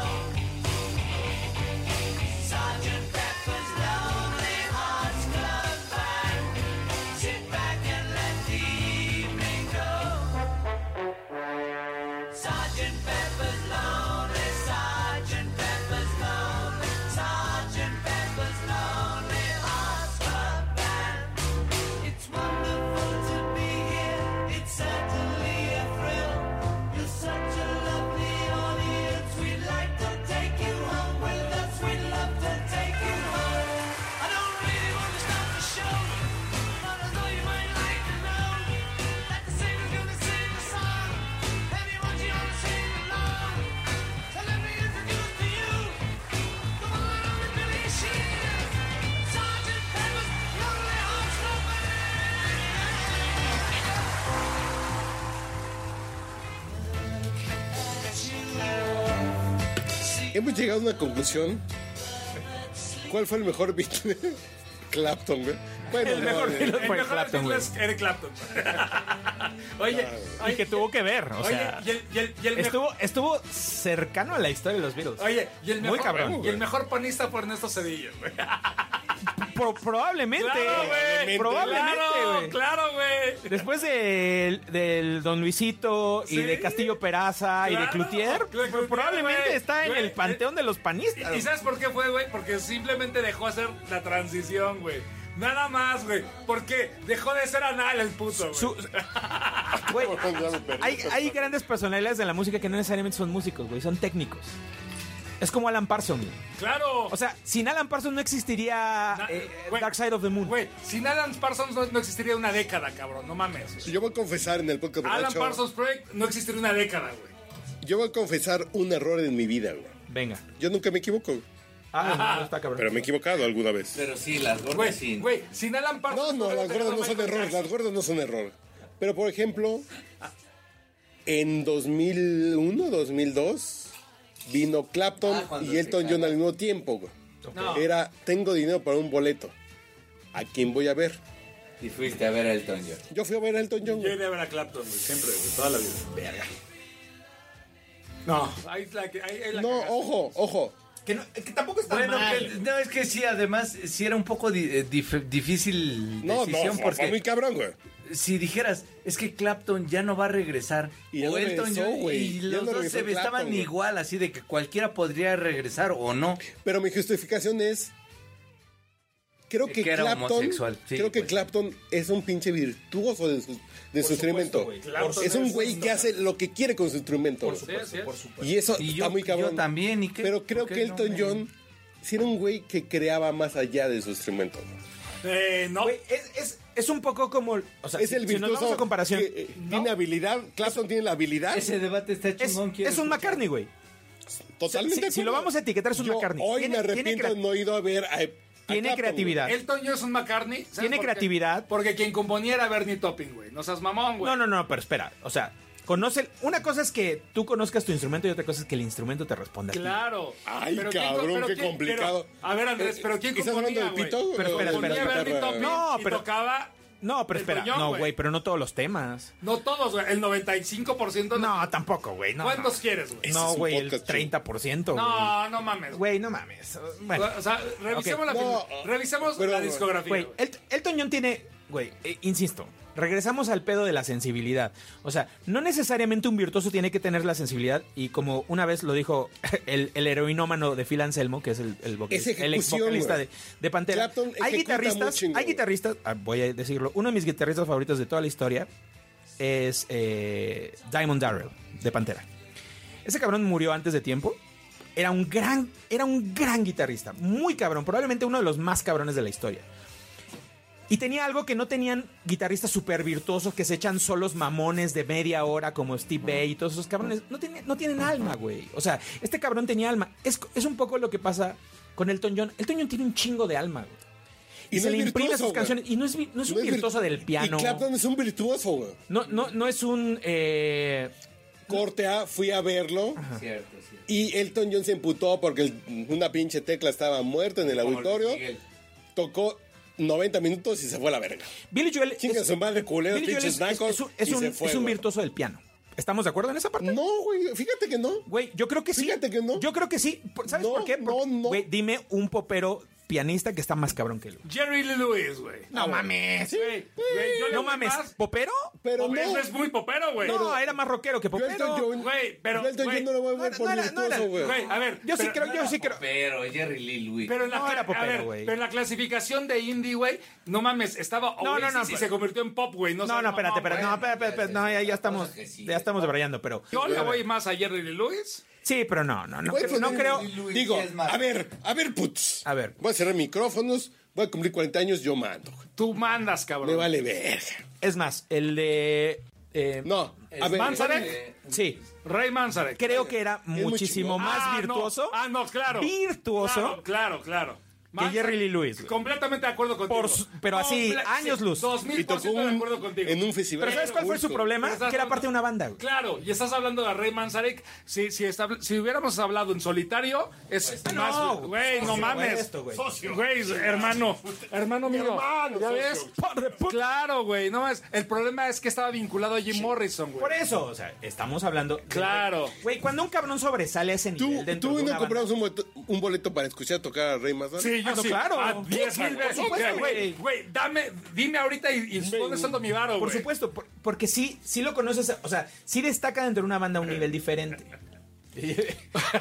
S6: Hemos llegado a una conclusión. ¿Cuál fue el mejor Beatle? Clapton, güey.
S10: el mejor
S6: no,
S10: Beatle
S6: eh,
S10: fue Clapton, Es Pues, Eric Clapton. Oye,
S8: Y que tuvo que ver, o
S10: Oye,
S8: sea.
S10: y el- y el- y el
S8: estuvo, estuvo cercano a la historia de los Beatles.
S10: Oye, y el mejor,
S8: Muy cabrón.
S10: y el mejor panista fue Ernesto Cedillo, güey.
S8: Ah, Pro- probablemente.
S10: Claro, güey.
S8: Probablemente,
S10: Claro,
S8: güey.
S10: Claro, güey.
S8: Después del, del Don Luisito y
S10: Sí.
S8: de Castillo Peraza y de
S10: Claro,
S8: Cloutier,
S10: de Cloutier,
S8: pues probablemente
S10: güey,
S8: está en
S10: güey. eh,
S8: el panteón de los panistas.
S10: ¿Y sabes por qué fue, güey? Porque simplemente dejó hacer la transición, güey. Nada más, güey. Porque dejó de ser anal el puto, güey.
S8: Güey, hay, hay grandes personalidades de la música que no necesariamente son músicos, güey, son técnicos. Es como Alan Parsons. güey.
S10: Claro.
S8: O sea, sin Alan Parsons no existiría eh, Dark Side of the Moon.
S10: Güey, sin Alan Parsons no, no existiría una década, cabrón. No mames. güey.
S6: Yo voy a confesar en el podcast
S10: Alan
S6: borracho,
S10: Parsons Project no existiría una década, güey.
S6: Yo voy a confesar un error en mi vida, güey.
S8: Venga.
S6: Yo nunca me equivoco. güey.
S8: Ah, no, está cabrón.
S6: Pero me he equivocado alguna vez.
S17: Pero sí, las gordas
S10: Güey,
S17: sí.
S10: güey, sin Alan
S6: No,
S10: Parsons.
S6: no, las gordas no son error, las gordas no son error. Pero por ejemplo, en 2001, 2002, vino Clapton
S17: Ah, cuando
S6: y Elton
S17: se
S6: John al mismo tiempo. güey.
S17: No.
S6: Era, tengo dinero para un boleto. ¿A quién voy a ver?
S17: Y fuiste a ver a Elton John.
S6: Yo fui a ver a Elton John.
S10: Yo
S6: güey.
S10: iré a ver a Clapton, güey. Siempre, güey. Toda la vida. Verga. No. Ahí es la que. Ahí, ahí la
S6: No, oh, ojo, ojo.
S17: Que, tampoco está bueno,
S10: mal.
S17: que- no, es que sí, además, sí era un poco di- eh, dif- difícil
S6: No, no,
S17: decisión
S6: fue-
S17: porque
S6: fue muy cabrón, güey.
S17: si dijeras, es que Clapton ya no va a regresar,
S6: Y ya
S17: o
S6: no
S17: Elton
S6: regresó,
S17: John,
S6: güey.
S17: y
S6: Ya
S17: los
S6: no
S17: dos
S6: regresó
S17: se
S6: Clapton,
S17: estaban
S6: güey.
S17: igual, así de que cualquiera podría regresar o no.
S6: Pero mi justificación es. Creo que,
S17: Que era
S6: Clapton.
S17: homosexual, sí,
S6: creo que
S17: pues.
S6: Clapton es un pinche virtuoso de su, de su instrumento.
S17: güey.
S10: Clapton
S6: es un
S10: es
S6: güey
S10: un-
S6: que hace lo que quiere con su instrumento. güey.
S10: supuesto, Ah, por
S6: Y eso
S17: Y
S6: está
S17: yo-
S6: muy cabrón.
S17: yo también, ¿y qué-
S6: Pero creo
S17: por qué
S6: que Elton
S17: no me-
S6: John sí era un güey que creaba más allá de su instrumento. güey.
S10: Eh, no.
S8: Güey, es, es- es un poco como. O sea,
S6: es
S8: si-
S6: el
S8: si nos
S6: virtuoso.
S8: vamos a comparación.
S6: que, eh, Tiene habilidad. Clapton tiene la habilidad.
S17: Ese debate está
S8: Es,
S17: chingón. quiero
S8: es un
S17: escuchar.
S8: McCartney, güey.
S6: totalmente.
S8: si- si
S6: acuerdo.
S8: lo vamos a etiquetar, es un
S6: Yo
S8: McCartney.
S6: Hoy
S8: Tiene-
S6: me
S8: tiene
S6: arrepiento de
S8: crea-
S6: no he ido a ver. A, a
S8: Tiene
S6: Clapton,
S8: creatividad.
S10: Elton John es un McCartney. ¿sabes
S8: Tiene
S10: por qué?
S8: creatividad.
S10: Porque quien componía era Bernie Topping, güey. No seas mamón, güey.
S8: No, no, no, pero espera. O sea, conoce. Una cosa es que tú conozcas tu instrumento y otra cosa es que el instrumento te responda. a ti.
S10: Claro.
S6: Ay,
S10: quién-
S6: cabrón,
S10: pero
S6: qué
S10: quién-
S6: complicado.
S10: pero- a ver,
S8: Eh,
S10: Andrés, pero ¿quién
S6: ¿Estás
S10: componía,
S6: hablando del
S10: güey?
S6: pito?
S8: Pero espera,
S10: Componía
S8: espera,
S10: Bernie
S6: espera.
S10: Topping
S8: No, pero-
S10: y tocaba...
S8: No, pero
S10: el
S8: espera.
S10: Toñón,
S8: No, güey, pero no todos los temas.
S10: No todos, güey. El 95%... No.
S8: No, tampoco, güey. No,
S10: ¿Cuántos
S8: no.
S10: quieres, güey?
S6: Ese es
S8: No,
S6: un
S8: güey, el
S6: podcast,
S8: 30%. güey.
S10: No, no mames. güey.
S8: Güey, no mames. Bueno,
S10: O sea, revisemos, la,
S6: No,
S10: film- revisemos
S6: pero-
S10: la discografía.
S8: güey,
S10: güey.
S8: El- Elton John tiene. Güey, eh, insisto. Regresamos al pedo de la sensibilidad. O sea, no necesariamente un virtuoso tiene que tener la sensibilidad. Y como una vez lo dijo el, el heroinómano de Phil Anselmo, que es el, el, vocal-
S6: Es ejecución,
S8: el ex vocalista
S6: güey.
S8: de, de Pantera.
S6: Clapton
S8: hay
S6: ejecuta muy
S8: guitarristas,
S6: chingón,
S8: hay
S6: güey.
S8: guitarristas, ah, voy a decirlo, uno de mis guitarristas favoritos de toda la historia es eh, Diamond Darrell de Pantera. Ese cabrón murió antes de tiempo. Era un gran, era un gran guitarrista, muy cabrón, probablemente uno de los más cabrones de la historia. Y tenía algo que no tenían guitarristas súper virtuosos que se echan solos mamones de media hora como Steve Bay y todos esos cabrones. No, tiene- no tienen alma, güey. O sea, este cabrón tenía alma. Es, es un poco lo que pasa con Elton John. Elton John tiene un chingo de alma, güey. Y,
S6: Y
S8: se
S6: no
S8: le
S6: es
S8: imprime a
S6: virtuoso,
S8: sus
S6: güey.
S8: canciones. Y no es, vi- no es un
S6: vir-
S8: virtuoso del piano.
S6: Y Clapton es un virtuoso, güey.
S8: No, no, no es un... eh,
S6: Corte A, fui a verlo.
S17: Cierto, cierto.
S6: Y Elton John se emputó porque el- una pinche tecla estaba muerta en el auditorio.
S17: Miguel.
S6: Tocó 90 minutos y se fue a la verga.
S8: Billy Joel es-
S6: Chinga su madre, culero,
S8: Billy Joel
S6: pinches
S8: es,
S6: nacos,
S8: es un- es
S6: y
S8: un-
S6: se fue,
S8: es un
S6: güey.
S8: virtuoso del piano. ¿Estamos de acuerdo en esa parte?
S6: No, güey, fíjate que no.
S8: Güey, yo creo que sí.
S6: Fíjate que no.
S8: Yo creo que sí. Por- ¿Sabes
S6: No,
S8: por qué? Porque,
S6: no, no.
S8: Güey, dime un popero pianista que está más cabrón que él.
S10: Jerry Lee Lewis, güey.
S8: No mames.
S10: Güey, güey, yo le
S8: No
S10: voy
S8: mames.
S10: más.
S8: ¿Popero?
S6: Pero
S10: Popero
S6: no.
S10: Es muy popero, güey.
S8: no, era más rockero que
S6: Yo a Elton
S8: popero.
S6: John,
S10: Güey, pero,
S6: yo a Elton
S10: güey,
S6: John no lo voy a
S8: no
S6: ver
S8: era-
S6: por
S8: no era- no
S6: virtuoso,
S8: era-
S6: güey.
S10: Güey, a ver.
S8: Yo sí
S10: pero-
S8: creo, yo sí creo.
S17: Pero Jerry Lee Lewis.
S10: Pero en la,
S8: No,
S10: cla-
S8: era
S10: a
S8: popero,
S10: ver,
S8: güey.
S10: pero en la clasificación de indie, güey, no mames, estaba Oasis
S8: No, no, no,
S10: y
S8: pero-
S10: se convirtió en pop, güey. No,
S8: No,
S10: seas
S8: no, espérate,
S10: mamón,
S8: espérate.
S10: güey.
S8: No, espérate, espérate, espérate, No, ya, ya estamos.
S17: Cosas que sí,
S8: Ya estamos debrayando, pero.
S10: Yo le voy más a Jerry Lee Lewis.
S8: Sí, pero no, no, no.
S6: Güey, pues,
S8: No
S6: eh,
S8: creo.
S17: Luis,
S6: Digo,
S17: ¿qué es más?
S6: a ver, a ver, putz.
S8: A ver.
S6: Voy a cerrar micrófonos, voy a cumplir 40 años, yo mando. güey.
S10: Tú mandas, cabrón.
S6: Me vale verga.
S8: Es más, el de. eh,
S6: No, a ver.
S10: Manzarek,
S8: Sí.
S10: Ray Manzarek.
S8: Creo que era
S6: muy
S8: muchísimo
S6: chingón.
S8: más
S10: Ah, no.
S8: virtuoso.
S10: Ah, no, claro.
S8: Virtuoso.
S10: Claro, claro, claro.
S8: que Jerry Lee Lewis. güey.
S10: Completamente de acuerdo contigo.
S8: Por su- pero así,
S10: Comple-
S8: años
S10: sí,
S8: luz.
S10: 2000%
S8: Y tocó
S10: de
S8: un-
S10: acuerdo contigo.
S6: en un festival.
S8: Pero ¿sabes cuál fue su problema?
S10: Pero estás
S8: Que era
S10: hablando-
S8: parte de una banda. güey.
S10: Claro, y estás hablando de Ray Manzarek. Si, si, está- si hubiéramos hablado en solitario, es más.
S8: no,
S10: Güey, Pues, no
S8: socio,
S10: mames.
S8: güey, esto, güey.
S10: Socio. Güey, hermano. Hermano mío.
S8: Hermano,
S10: ¿Ya
S8: socio.
S10: ves? Claro, güey. No más. El problema es que estaba vinculado a Jim Morrison, güey.
S8: Por eso, o sea, estamos hablando. de-
S10: Claro.
S8: Güey, cuando un cabrón sobresale a ese nivel dentro
S6: Tú
S8: de
S6: y no
S8: una banda-
S6: compramos un boleto, un boleto para escuchar tocar a Rey Mazar.
S10: Sí, yo
S8: Ah, no,
S10: sí.
S8: claro.
S10: A 10 mil
S8: Por
S10: veces.
S8: supuesto,
S10: Güey, güey, dame, dime ahorita y, y dónde suelto mi varo,
S8: Por
S10: güey.
S8: supuesto, por- porque sí, sí lo conoces, o sea, sí destaca dentro de una banda a un nivel diferente.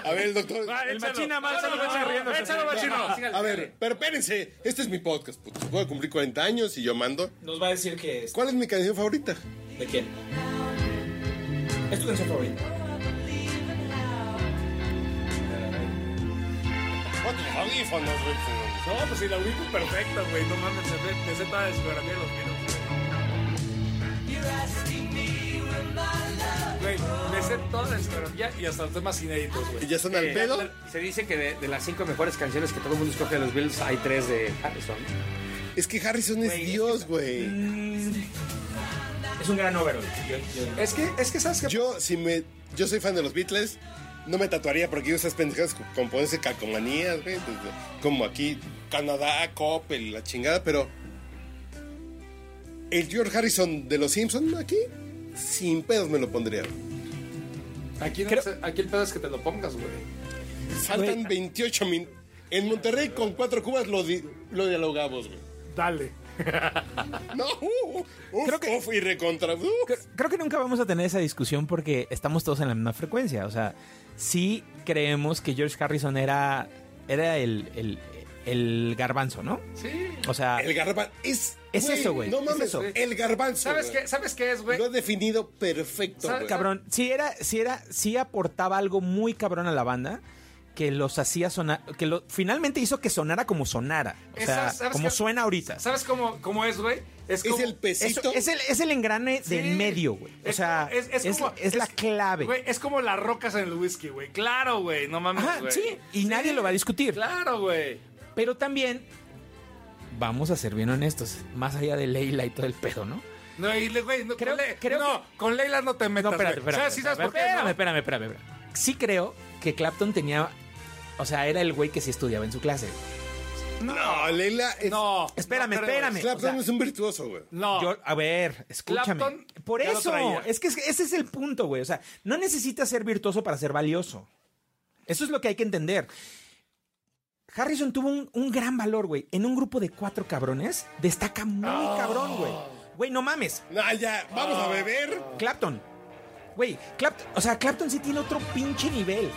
S6: A ver, doctor.
S10: Ah, échalo.
S12: machina mal,
S10: No,
S12: solo
S10: no,
S12: me echa
S10: no,
S12: riendo,
S10: Échalo,
S12: socio.
S10: machino.
S6: A ver, pero espérense. Este es mi podcast. puto. Voy a cumplir 40 años y yo mando.
S18: Nos va a decir que es.
S6: ¿Cuál es mi canción favorita?
S18: ¿De quién? ¿Es tu canción favorita?
S6: Ponte los audífonos, güey.
S10: No, pues si la ubico perfecta, güey. No mames, me sé- me sé toda la discografía de los Beatles. Güey, me sé toda la discografía y hasta los temas inéditos, güey.
S6: ¿Y ya están al
S12: Eh,
S6: pedo?
S12: Se dice que de, de las cinco mejores canciones que todo el mundo escoge de los Beatles hay tres de Harrison.
S6: Es que Harrison es Dios, güey.
S8: Es un gran overall.
S10: Es que, es que sabes que.
S6: Yo, si me. Yo soy fan de los Beatles. No me tatuaría porque yo esas pendejadas co- con ponerse calcomanías, güey. desde- Como aquí, Canadá, Coppel, la chingada, pero. El George Harrison de los Simpson aquí, sin pedos me lo pondría.
S10: Aquí, no sé- aquí el pedo es que te lo pongas, güey.
S6: Faltan 28 minutos. En Monterrey con cuatro cubas lo, di- lo dialogamos, güey.
S10: Dale.
S6: No, uh, uh, uf, uf, y recontra. uf.
S8: Creo que nunca vamos a tener esa discusión porque estamos todos en la misma frecuencia. O sea, sí creemos que George Harrison era, era el, el, el garbanzo, ¿no?
S10: Sí.
S8: O sea,
S6: El garbanzo. Es,
S8: Es eso, güey,
S6: No
S8: es
S6: mames,
S8: eso.
S6: el garbanzo.
S10: ¿Sabes
S6: güey.
S10: qué, ¿Sabes qué es, güey?
S6: Lo ha definido perfecto, güey.
S8: cabrón, sí era, sí era, sí aportaba algo muy cabrón a la banda que los hacía sonar, que lo, finalmente hizo que sonara como sonara. O sea,
S10: Esa- ¿sabes
S8: como
S10: qué?
S8: suena ahorita.
S10: ¿Sabes cómo, cómo es, güey? Es, como-
S8: Eso- es, el, es el engrane
S10: Sí.
S8: del medio, güey. O
S10: Es-
S8: sea,
S10: es-
S8: es,
S10: es como-
S8: es la
S10: es-
S8: clave.
S10: Güey, es como las rocas en el whisky, güey. Claro, güey. No mames,
S8: Ajá,
S10: güey.
S8: sí, y nadie lo va a discutir.
S10: Claro, güey.
S8: Pero también, vamos a ser bien honestos, más allá de Leila y todo el pedo, ¿no?
S10: No, y le- güey, no, con, Le- no, con Leila no te metas.
S8: No, espérate,
S10: güey.
S8: espérate.
S10: ¿Sabes, sí sabes por qué?
S8: espérame,
S10: no?
S8: espérame, espérame, espérame. Sí creo que Clapton tenía, o sea, era el güey que sí estudiaba en su clase.
S6: No, Leila es.
S10: No.
S8: Espérame,
S10: no creo.
S8: espérame.
S6: Clapton
S8: O sea,
S6: es un virtuoso, güey.
S10: No.
S8: yo- a ver, escúchame.
S10: Clapton
S8: Por
S10: ya lo
S8: eso,
S10: traía.
S8: es que es- ese es el punto, güey. O sea, no necesitas ser virtuoso para ser valioso. Eso es lo que hay que entender. Harrison tuvo un, un gran valor, güey. En un grupo de cuatro cabrones, destaca muy cabrón, güey. Güey, no mames.
S6: No, ya, vamos a beber.
S8: Clapton. Güey, Clapton, o sea, Clapton sí tiene otro pinche nivel.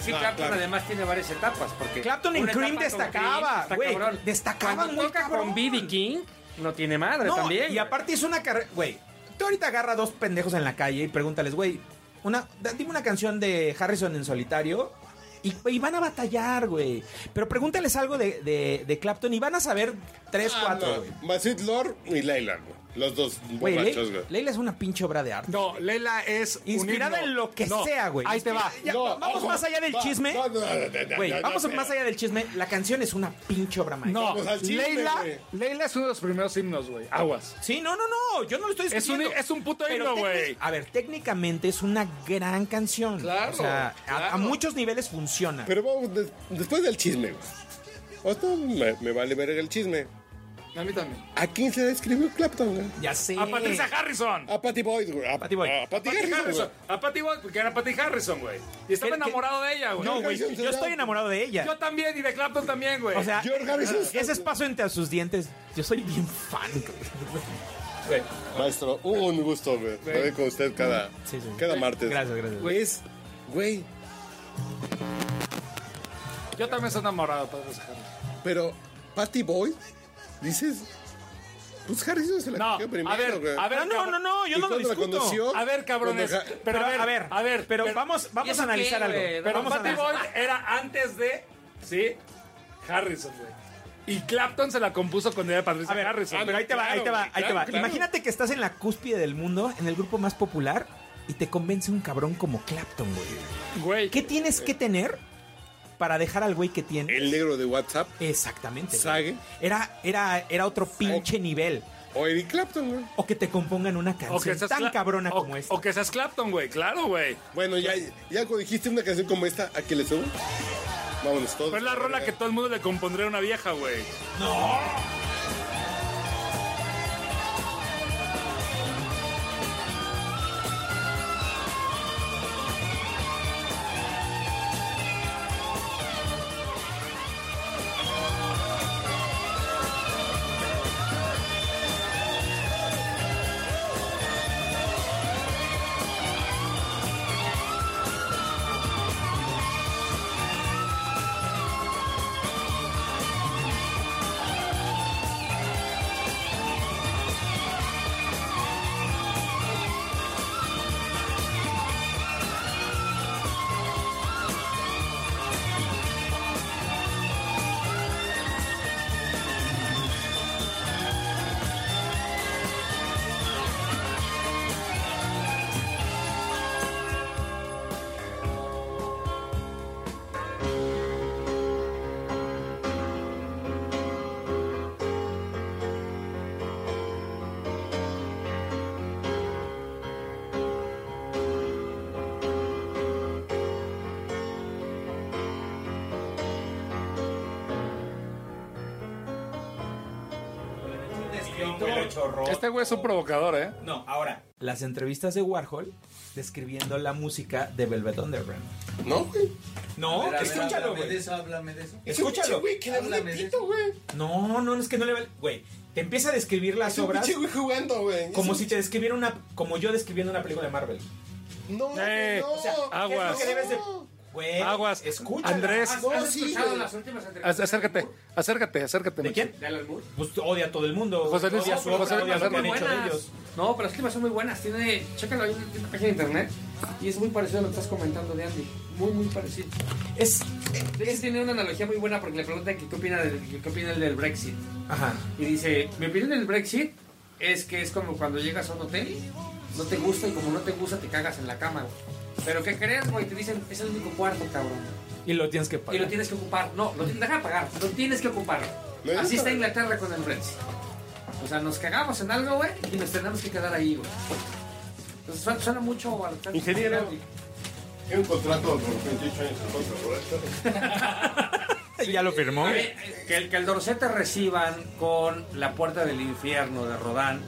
S12: Sí,
S6: Ah,
S12: Clapton
S6: claro.
S12: además tiene varias etapas. Porque
S8: Clapton en
S12: una
S8: Cream
S12: etapa con
S8: destacaba,
S12: está
S8: güey,
S12: cabrón.
S8: destacaba
S12: Cuando
S8: muy
S12: toca
S8: cabrón.
S12: con B.B. King, no tiene madre
S8: No,
S12: también.
S8: y
S12: güey.
S8: aparte es una carrera. Güey, tú ahorita agarra a dos pendejos en la calle y pregúntales, güey, una, da- dime una canción de Harrison en solitario. Y, y van a batallar, güey. Pero pregúntales algo de, de- de Clapton y van a saber tres,
S6: Ah,
S8: cuatro,
S6: no.
S8: güey.
S6: Masit Lor y Leila, güey. Los dos
S8: Güey, Le-
S6: borrachos, güey.
S8: Leila es una pinche obra de arte.
S10: No, Leila es. un
S8: Inspirada
S10: himno.
S8: en lo que
S10: No,
S8: sea, güey.
S10: Ahí te va.
S8: Ya,
S6: No,
S8: vamos
S6: ojo.
S8: más allá del
S6: No,
S8: chisme.
S6: no, no, no, no, no,
S8: Güey,
S6: no, no,
S8: vamos
S6: no.
S8: más allá del chisme. La canción es una pinche obra maestra.
S10: No,
S6: Vamos al chisme,
S10: Leila,
S6: güey.
S10: Leila es uno de los primeros himnos, güey. Aguas.
S8: Sí, no, no, no. Yo no lo estoy
S10: Es un-
S8: diciendo.
S10: es un puto
S8: Pero
S10: himno,
S8: técnic-
S10: güey.
S8: A ver, técnicamente es una gran canción.
S10: Claro,
S8: O sea, a-
S10: claro.
S8: A, muchos niveles funciona.
S6: Pero vamos, des- después del chisme, güey. O sea, me, me vale verga el chisme.
S10: A mí también.
S6: ¿A quién se le escribió Clapton, güey?
S8: ya sé.
S10: A Patricia Harrison.
S6: A Patty Boyd, güey. A
S8: Patty Boyd.
S6: A Patty
S10: Patty
S6: Harrison,
S10: Harrison.
S6: güey.
S10: A Patty Boyd, porque era Patty Harrison, güey. Y estaba
S8: Que- que-
S10: enamorado de ella, güey.
S8: No, güey.
S6: Harrison
S8: Yo
S6: será-
S8: estoy enamorado de ella.
S10: Yo también, y de Clapton también, güey.
S8: o sea,
S6: George Harrison.
S8: ese espacio entre sus dientes. Yo soy bien fan. güey.
S6: Maestro, un gusto, güey. Estar con usted cada,
S8: Sí, sí.
S6: cada martes.
S8: Gracias, gracias.
S6: Güey, es- Güey,
S10: yo también estoy enamorado de Patricia Harrison.
S6: pero Patty Boyd, dices. Pues Harrison se la
S10: No,
S6: escribió
S10: a
S6: primero,
S10: ver,
S6: güey.
S10: a ver.
S8: Ah, no, no, no. Yo
S6: ¿Y
S8: no lo
S6: cuándo la
S8: discuto.
S6: conoció?
S10: A ver, cabrones.
S6: Cuando ja-
S10: Pero, a ver, a ver,
S8: pero,
S10: pero-
S8: vamos,
S12: ¿y
S8: vamos
S12: eso
S8: a analizar
S12: qué,
S8: algo.
S12: güey?
S8: Pero
S10: Pero
S8: vamos a
S10: Patty
S8: analizar.
S10: Boyd era antes de, ¿sí? Harrison, güey. Y Clapton se la compuso con ella de Patricia
S8: A ver,
S10: Harrison.
S8: pero ahí te va,
S10: Ah, Claro,
S8: ahí te va,
S10: güey,
S8: ahí te
S10: claro,
S8: va.
S10: claro.
S8: Imagínate que estás en la cúspide del mundo, en el grupo más popular, y te convence un cabrón como Clapton, güey.
S10: Güey,
S8: ¿Qué tienes que tener para dejar al güey que tiene.
S6: El negro de WhatsApp.
S8: Exactamente. güey.
S6: Sage.
S8: Era, era, era otro pinche nivel.
S6: O Eric Clapton, güey.
S8: O que te compongan una canción
S10: seas
S8: tan
S10: Cla-
S8: cabrona
S10: o-
S8: como esta.
S10: O que seas Clapton, güey, claro, güey.
S6: Bueno, ya, ya cuando dijiste una canción como esta, ¿a qué le subo? Vámonos todos.
S10: Pero es Pues la rola que todo el mundo le compondría a una vieja, güey.
S8: No. Oh.
S10: Este güey es un provocador, ¿eh?
S8: No, ahora. Las entrevistas de Warhol describiendo la música de Velvet Underground.
S6: No, güey.
S8: No,
S17: A ver, a ver,
S8: escúchalo,
S17: háblame de
S8: güey.
S17: eso, háblame de eso.
S8: Escúchalo.
S6: Güey, que le vale
S17: Háblame de
S6: pito, güey.
S8: No, no, es que no le vale. Güey, te empieza a describir las
S6: Es un
S8: obras
S6: pinche güey jugando, güey. Es
S8: como
S6: un-
S8: si te describiera una. Como yo describiendo una película de Marvel.
S6: No,
S10: Eh,
S6: no.
S8: O sea, ¿qué es lo
S10: aguas.
S8: que debes de. Güey,
S10: Aguas.
S8: escúchala.
S10: Andrés.
S8: Ah,
S6: No,
S8: no,
S6: sí,
S8: escucha-
S6: güey.
S15: últimas
S10: Ac- Acércate, acércate, acércate.
S8: ¿De
S10: Machín.
S8: quién? Pues odia a todo el mundo.
S10: José Luis,
S8: odia su
S10: José
S8: obra,
S10: Luis,
S8: odia lo
S10: José
S8: que han
S10: Luis.
S8: hecho de ellos.
S15: No, pero las últimas son muy buenas. Tiene, chécalo, hay una, una página de internet y es muy parecido a lo que estás comentando de Andy. Muy, muy parecido.
S8: Es.
S15: De hecho, tiene una analogía muy buena porque le preguntan que qué opina del, que qué opina el del Brexit.
S8: Ajá.
S15: Y dice, mi opinión del Brexit es que es como cuando llegas a un hotel, no te gusta y como no te gusta te cagas en la cama, güey. Pero ¿qué crees, güey? Te dicen, es el único cuarto, cabrón.
S8: Y lo tienes que
S15: Y lo
S8: pagar.
S15: tienes que ocupar. No, lo tienes, deja de pagar, lo tienes que ocupar.
S6: Me
S15: Así
S6: gusta.
S15: está Inglaterra con el Brexit. O sea, nos cagamos en algo, güey, y nos tenemos que quedar ahí, güey. Entonces, suena, suena mucho al...
S6: Ingeniero. Tiene un contrato por 28 años con Roberto.
S8: Ya lo firmó.
S15: A ver, eh, que, el, que el Dorset te reciban con La Puerta del Infierno de Rodán,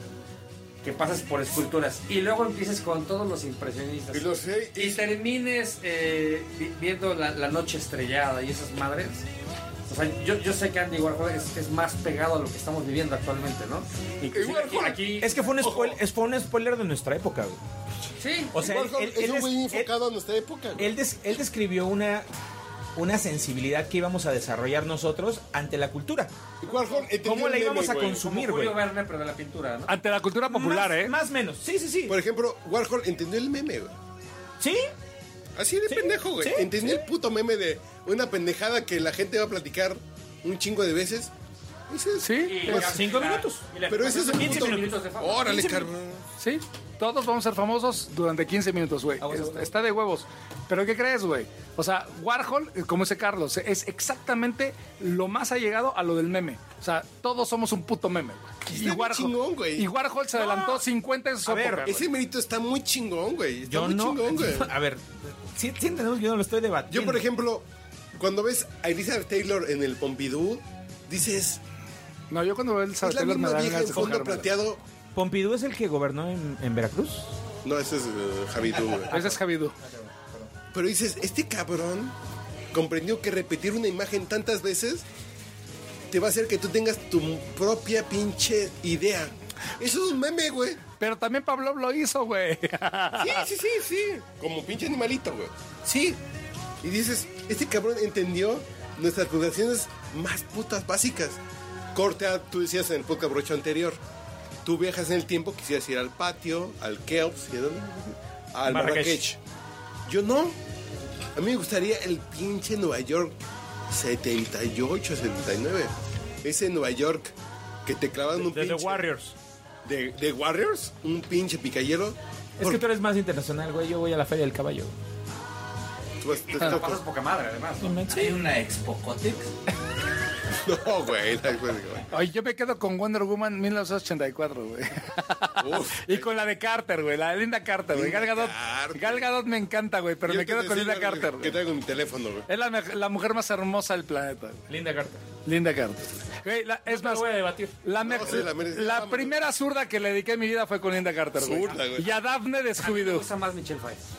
S15: que pases por esculturas y luego empieces con todos los impresionistas.
S6: Y lo sé.
S15: Y termines eh, vi- viendo la, la noche estrellada y esas madres. O sea, yo, yo sé que Andy Warhol es, es más pegado a lo que estamos viviendo actualmente, ¿no? Inclusive aquí, aquí-
S8: Es que fue un,
S15: Ojo.
S8: spoil- es- fue un spoiler de nuestra época, güey.
S15: Sí.
S8: O sea, él,
S6: Warhol
S8: él-
S6: es
S8: él
S6: un
S8: es-
S6: güey
S8: él-
S6: enfocado a nuestra época. güey.
S8: él des- él describió una, una sensibilidad que íbamos a desarrollar nosotros ante la cultura.
S6: Y Warhol entendió
S8: ¿Cómo la
S6: el
S8: íbamos
S6: meme,
S8: a
S6: güey.
S8: consumir, güey?
S15: Julio Verne, pero de la pintura, ¿no?
S10: Ante la cultura popular,
S8: más,
S10: ¿eh?
S8: Más menos. Sí, sí, sí.
S6: Por ejemplo, Warhol entendió el meme, güey.
S8: ¿Sí?
S6: Así de
S8: Sí,
S6: pendejo, güey.
S8: sí,
S6: Entendí el puto meme de una pendejada que la gente va a platicar un chingo de veces. Ese es-
S10: Sí,
S15: Y
S6: Pues,
S15: la-
S8: cinco
S15: y la-
S8: minutos.
S15: y la-
S6: Pero ese es el
S15: 15
S6: punto.
S15: minutos de fama.
S6: Órale,
S8: 15
S6: cabrón.
S10: sí. Todos vamos a ser famosos durante 15 minutos, güey.
S8: Aguas,
S10: Es-
S8: aguas.
S10: Está de huevos. Pero ¿qué crees, güey? O sea, Warhol, eh, como dice Carlos, es exactamente lo más allegado a lo del meme. O sea, todos somos un puto meme, güey.
S6: Está bien chingón, güey.
S10: y Warhol se adelantó 50 en su
S8: A ver,
S10: época, güey.
S6: Ese mérito está muy chingón, güey. Está
S8: Yo
S6: muy
S8: no.
S6: chingón, güey.
S8: a ver, sí, sí entendemos que yo no lo estoy debatiendo.
S6: Yo, por ejemplo, cuando ves a Elizabeth Taylor en el Pompidou, dices,
S10: No, yo cuando veo el
S6: es la
S10: sartén me
S6: misma
S10: dan
S6: vieja
S10: ganas
S6: en
S10: de
S6: fondo
S10: cogerme.
S6: plateado.
S8: Pompidou es el que gobernó en, en Veracruz.
S6: No, ese es eh, Javidú, güey.
S10: Ese es Javidú.
S6: Pero dices, este cabrón comprendió que repetir una imagen tantas veces te va a hacer que tú tengas tu propia pinche idea. Eso es un meme, güey.
S10: Pero también Pablo lo hizo, güey.
S6: Sí, sí, sí, sí. Como pinche animalito, güey. Sí. Y dices, este cabrón entendió nuestras condiciones más putas básicas. Corte, a- tú decías en el podcast brocho anterior. Tú viajas en el tiempo, quisieras ir al patio, al Keops, ¿y a dónde? al Marrakech.
S8: Marrakech.
S6: Yo no. A mí me gustaría el pinche Nueva York 78, 79. Ese Nueva York que te clavan un pinche...
S8: Warriors.
S6: De, de Warriors, un pinche picayero.
S8: Es que tú eres más internacional, güey. Yo voy a la Feria del Caballo.
S6: pues,
S15: Y
S6: te
S15: te la
S6: toco.
S15: pasas poca madre, además. ¿no?
S7: ¿Hay una Expocotex?
S6: No, güey. no, güey, güey.
S10: Ay, yo me quedo con Wonder Woman 1984, güey. y con la de Carter, güey. La de Linda Carter, güey. Gal Gadot. Gal Gadot me encanta, güey. Pero
S6: Yo
S10: me
S6: te
S10: quedo con
S6: decía
S10: Linda Carter,
S6: Que
S10: güey.
S6: traigo en mi teléfono, güey.
S10: Es la, mej- la mujer más hermosa del planeta. güey.
S18: Linda carta.
S10: Linda Carter. Güey, la- es más,
S18: voy a debatir.
S10: la, me-
S18: No, sí, la merece.
S10: la primera zurda que le dediqué a mi vida fue con Linda Carter, güey.
S6: Zurda, güey.
S10: Y a Daphne de Scooby-Doo.
S15: Usa más Michelle Pfeiffer.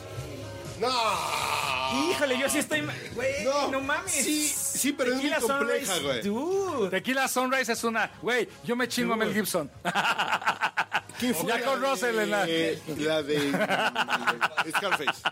S6: ¡No!
S8: Híjole, yo sí estoy. Güey, no, mames.
S6: Sí, sí, pero es muy
S10: Tequila
S6: compleja,
S10: Sunrise,
S6: güey.
S8: Dude.
S10: Tequila Sunrise es una. Güey, yo me chingo a Mel Gibson.
S6: ¿Quién
S10: Ya con
S6: la
S10: Russell en la-
S6: de- Eh, La de Scarface.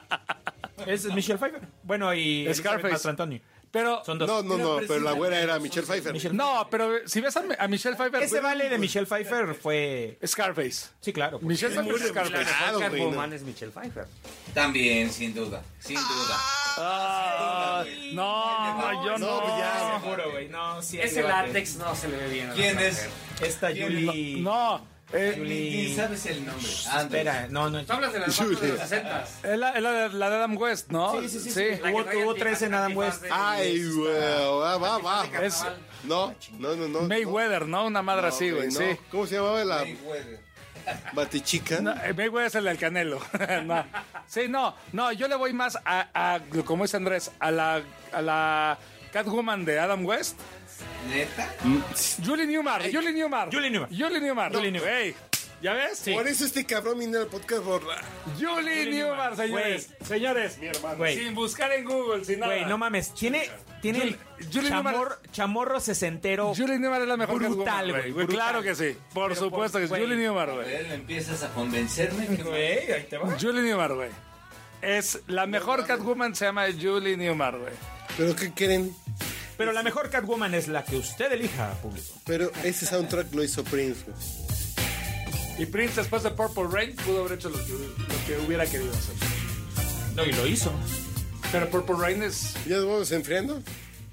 S8: Es Michelle Pfeiffer. Bueno, y
S10: Scarface.
S8: Antonio.
S10: Pero.
S8: Son dos.
S6: No, no, no, pero la güera era Michelle Pfeiffer.
S10: No, pero si ves a, a Michelle Pfeiffer.
S8: Ese
S10: güey,
S8: vale de Michelle Pfeiffer fue.
S10: Scarface.
S8: Sí, claro. pues.
S10: Michelle Pfeiffer es
S15: La
S10: Scarface.
S15: mejor
S6: güey, no.
S15: Catwoman es Michelle Pfeiffer.
S7: También, sin duda, sin duda.
S10: Ah, no, no, yo no.
S6: pues ya.
S8: Ah, Seguro, güey. No, sí. hay
S15: Ese
S8: debate.
S15: látex no se le ve bien. a la
S7: ¿Quién
S15: mujer.
S7: es?
S8: Esta Julie.
S10: No. eh,
S8: Julie-
S7: Ni sabes el nombre.
S8: Espera, no, no.
S15: Tú hablas de las bandas de los 60
S10: es la, es la de, la de Adam West, ¿no?
S8: Sí, sí, sí, sí. Hubo- hubo tres en Adam West.
S6: Ay, güey. Va, va, va.
S10: Es
S6: No, no, no, no.
S10: Mayweather, ¿no? Una madre
S6: No,
S10: así, güey,
S6: no.
S10: sí.
S6: ¿Cómo se llamaba la batichica?
S10: No, eh, Mayweather es el del Canelo. No. Sí, no, no, yo le voy más a, a, como dice Andrés, a la, a la Catwoman de Adam West. Mm,
S7: ¿Neta?
S10: Julie Newmar, Julie Newmar.
S8: Julie Newmar.
S10: Julie Newmar.
S8: Julie Newmar.
S10: Ey, ¿Ya ves?
S6: Por eso este cabrón viene al podcast borra.
S10: Julie, Newmar,
S8: Newmar,
S10: señores. Señores, mi hermano.
S8: Güey.
S10: Sin buscar en Google, sin nada.
S8: Güey, no mames. Tiene, tiene el
S10: Julie- Julie
S8: chamor- chamorro sesentero.
S10: Julie Newmar es la mejor
S8: Brutal,
S10: Catwoman,
S8: güey, brutal.
S10: Claro que sí. Por supuesto que sí.
S8: güey. ¿Eh?
S10: Julie Newmar, güey.
S7: Él empiezas a convencerme que
S8: Güey, ahí te va.
S10: Julie Newmar, güey. Es la mejor Catwoman, se llama Julie Newmar, güey.
S6: ¿Pero qué quieren?
S8: Pero la mejor Catwoman es la que usted elija, público.
S6: Pero ese soundtrack lo hizo Prince, güey.
S10: Y Prince, después de Purple Rain, pudo haber hecho lo que, lo que hubiera querido hacer.
S8: No, y lo hizo.
S10: Pero Purple Rain es.
S6: ¿Ya nos vamos enfriando?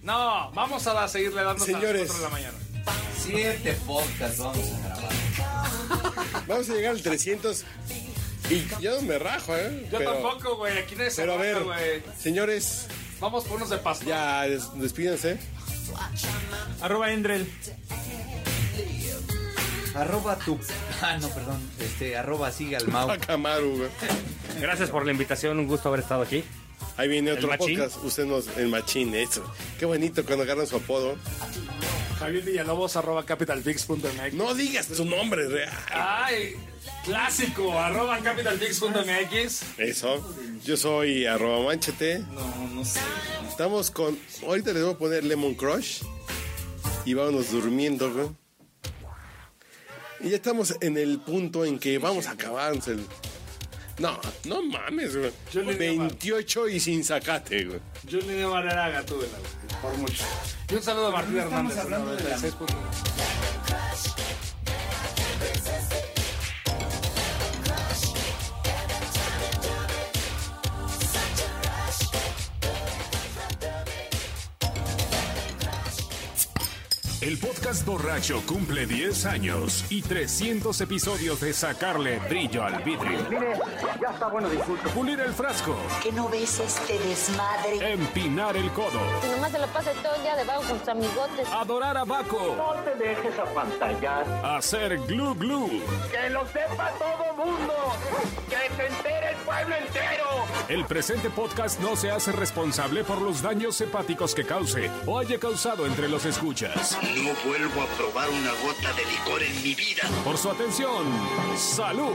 S10: No, vamos a seguirle dando
S6: Señores.
S10: a las 4 de la mañana.
S7: siete podcasts vamos a grabar.
S6: Vamos a llegar al 300 y yo no me rajo, ¿eh?
S10: Yo
S6: Pero-
S10: tampoco, güey. Aquí no es
S6: Pero a ver,
S10: güey.
S6: señores,
S10: Vamos por unos de paso.
S6: ya des- despídense.
S8: Arroba Endrel.
S7: Arroba tu. Ah, no, perdón. Este, arroba sigue al Mau.
S6: A Camaru, güey.
S12: Gracias por la invitación, un gusto haber estado aquí.
S6: Ahí viene otro
S12: machín?
S6: podcast. Usted nos. El machín, eso. Qué bonito cuando agarran su apodo.
S10: Javier Villalobos, arroba capitalfix.mx.
S6: No digas tu nombre real.
S10: Ay, clásico, arroba capitalfix.mx.
S6: Eso. Yo soy arroba manchete. No, no sé. Estamos con. Ahorita les voy a poner Lemon Crush. Y vámonos durmiendo, güey. Y ya estamos en el punto en que vamos a acabar. Ansel. No, no mames, güey.
S10: Yo le digo,
S6: 28 y sin sacate, güey.
S10: Julie de Valera Gatúbela, güey, por mucho. Y un saludo a Martín Hernández. ¿no? de 6.1.
S1: El podcast borracho cumple 10 años y 300 episodios de sacarle brillo al vidrio. Pulir el frasco,
S3: ¿Qué no ves este desmadre?
S1: empinar el codo,
S4: Si nomás se lo pasa todo el día debajo con sus amigotes.
S1: adorar a Baco,
S2: No te dejes apantallar.
S1: hacer glu glu,
S2: Que lo sepa todo mundo. Que se entere el pueblo entero.
S1: El presente podcast no se hace responsable por los daños hepáticos que cause o haya causado entre los escuchas.
S5: No vuelvo a probar una gota de licor en mi vida.
S1: Por su atención, salud.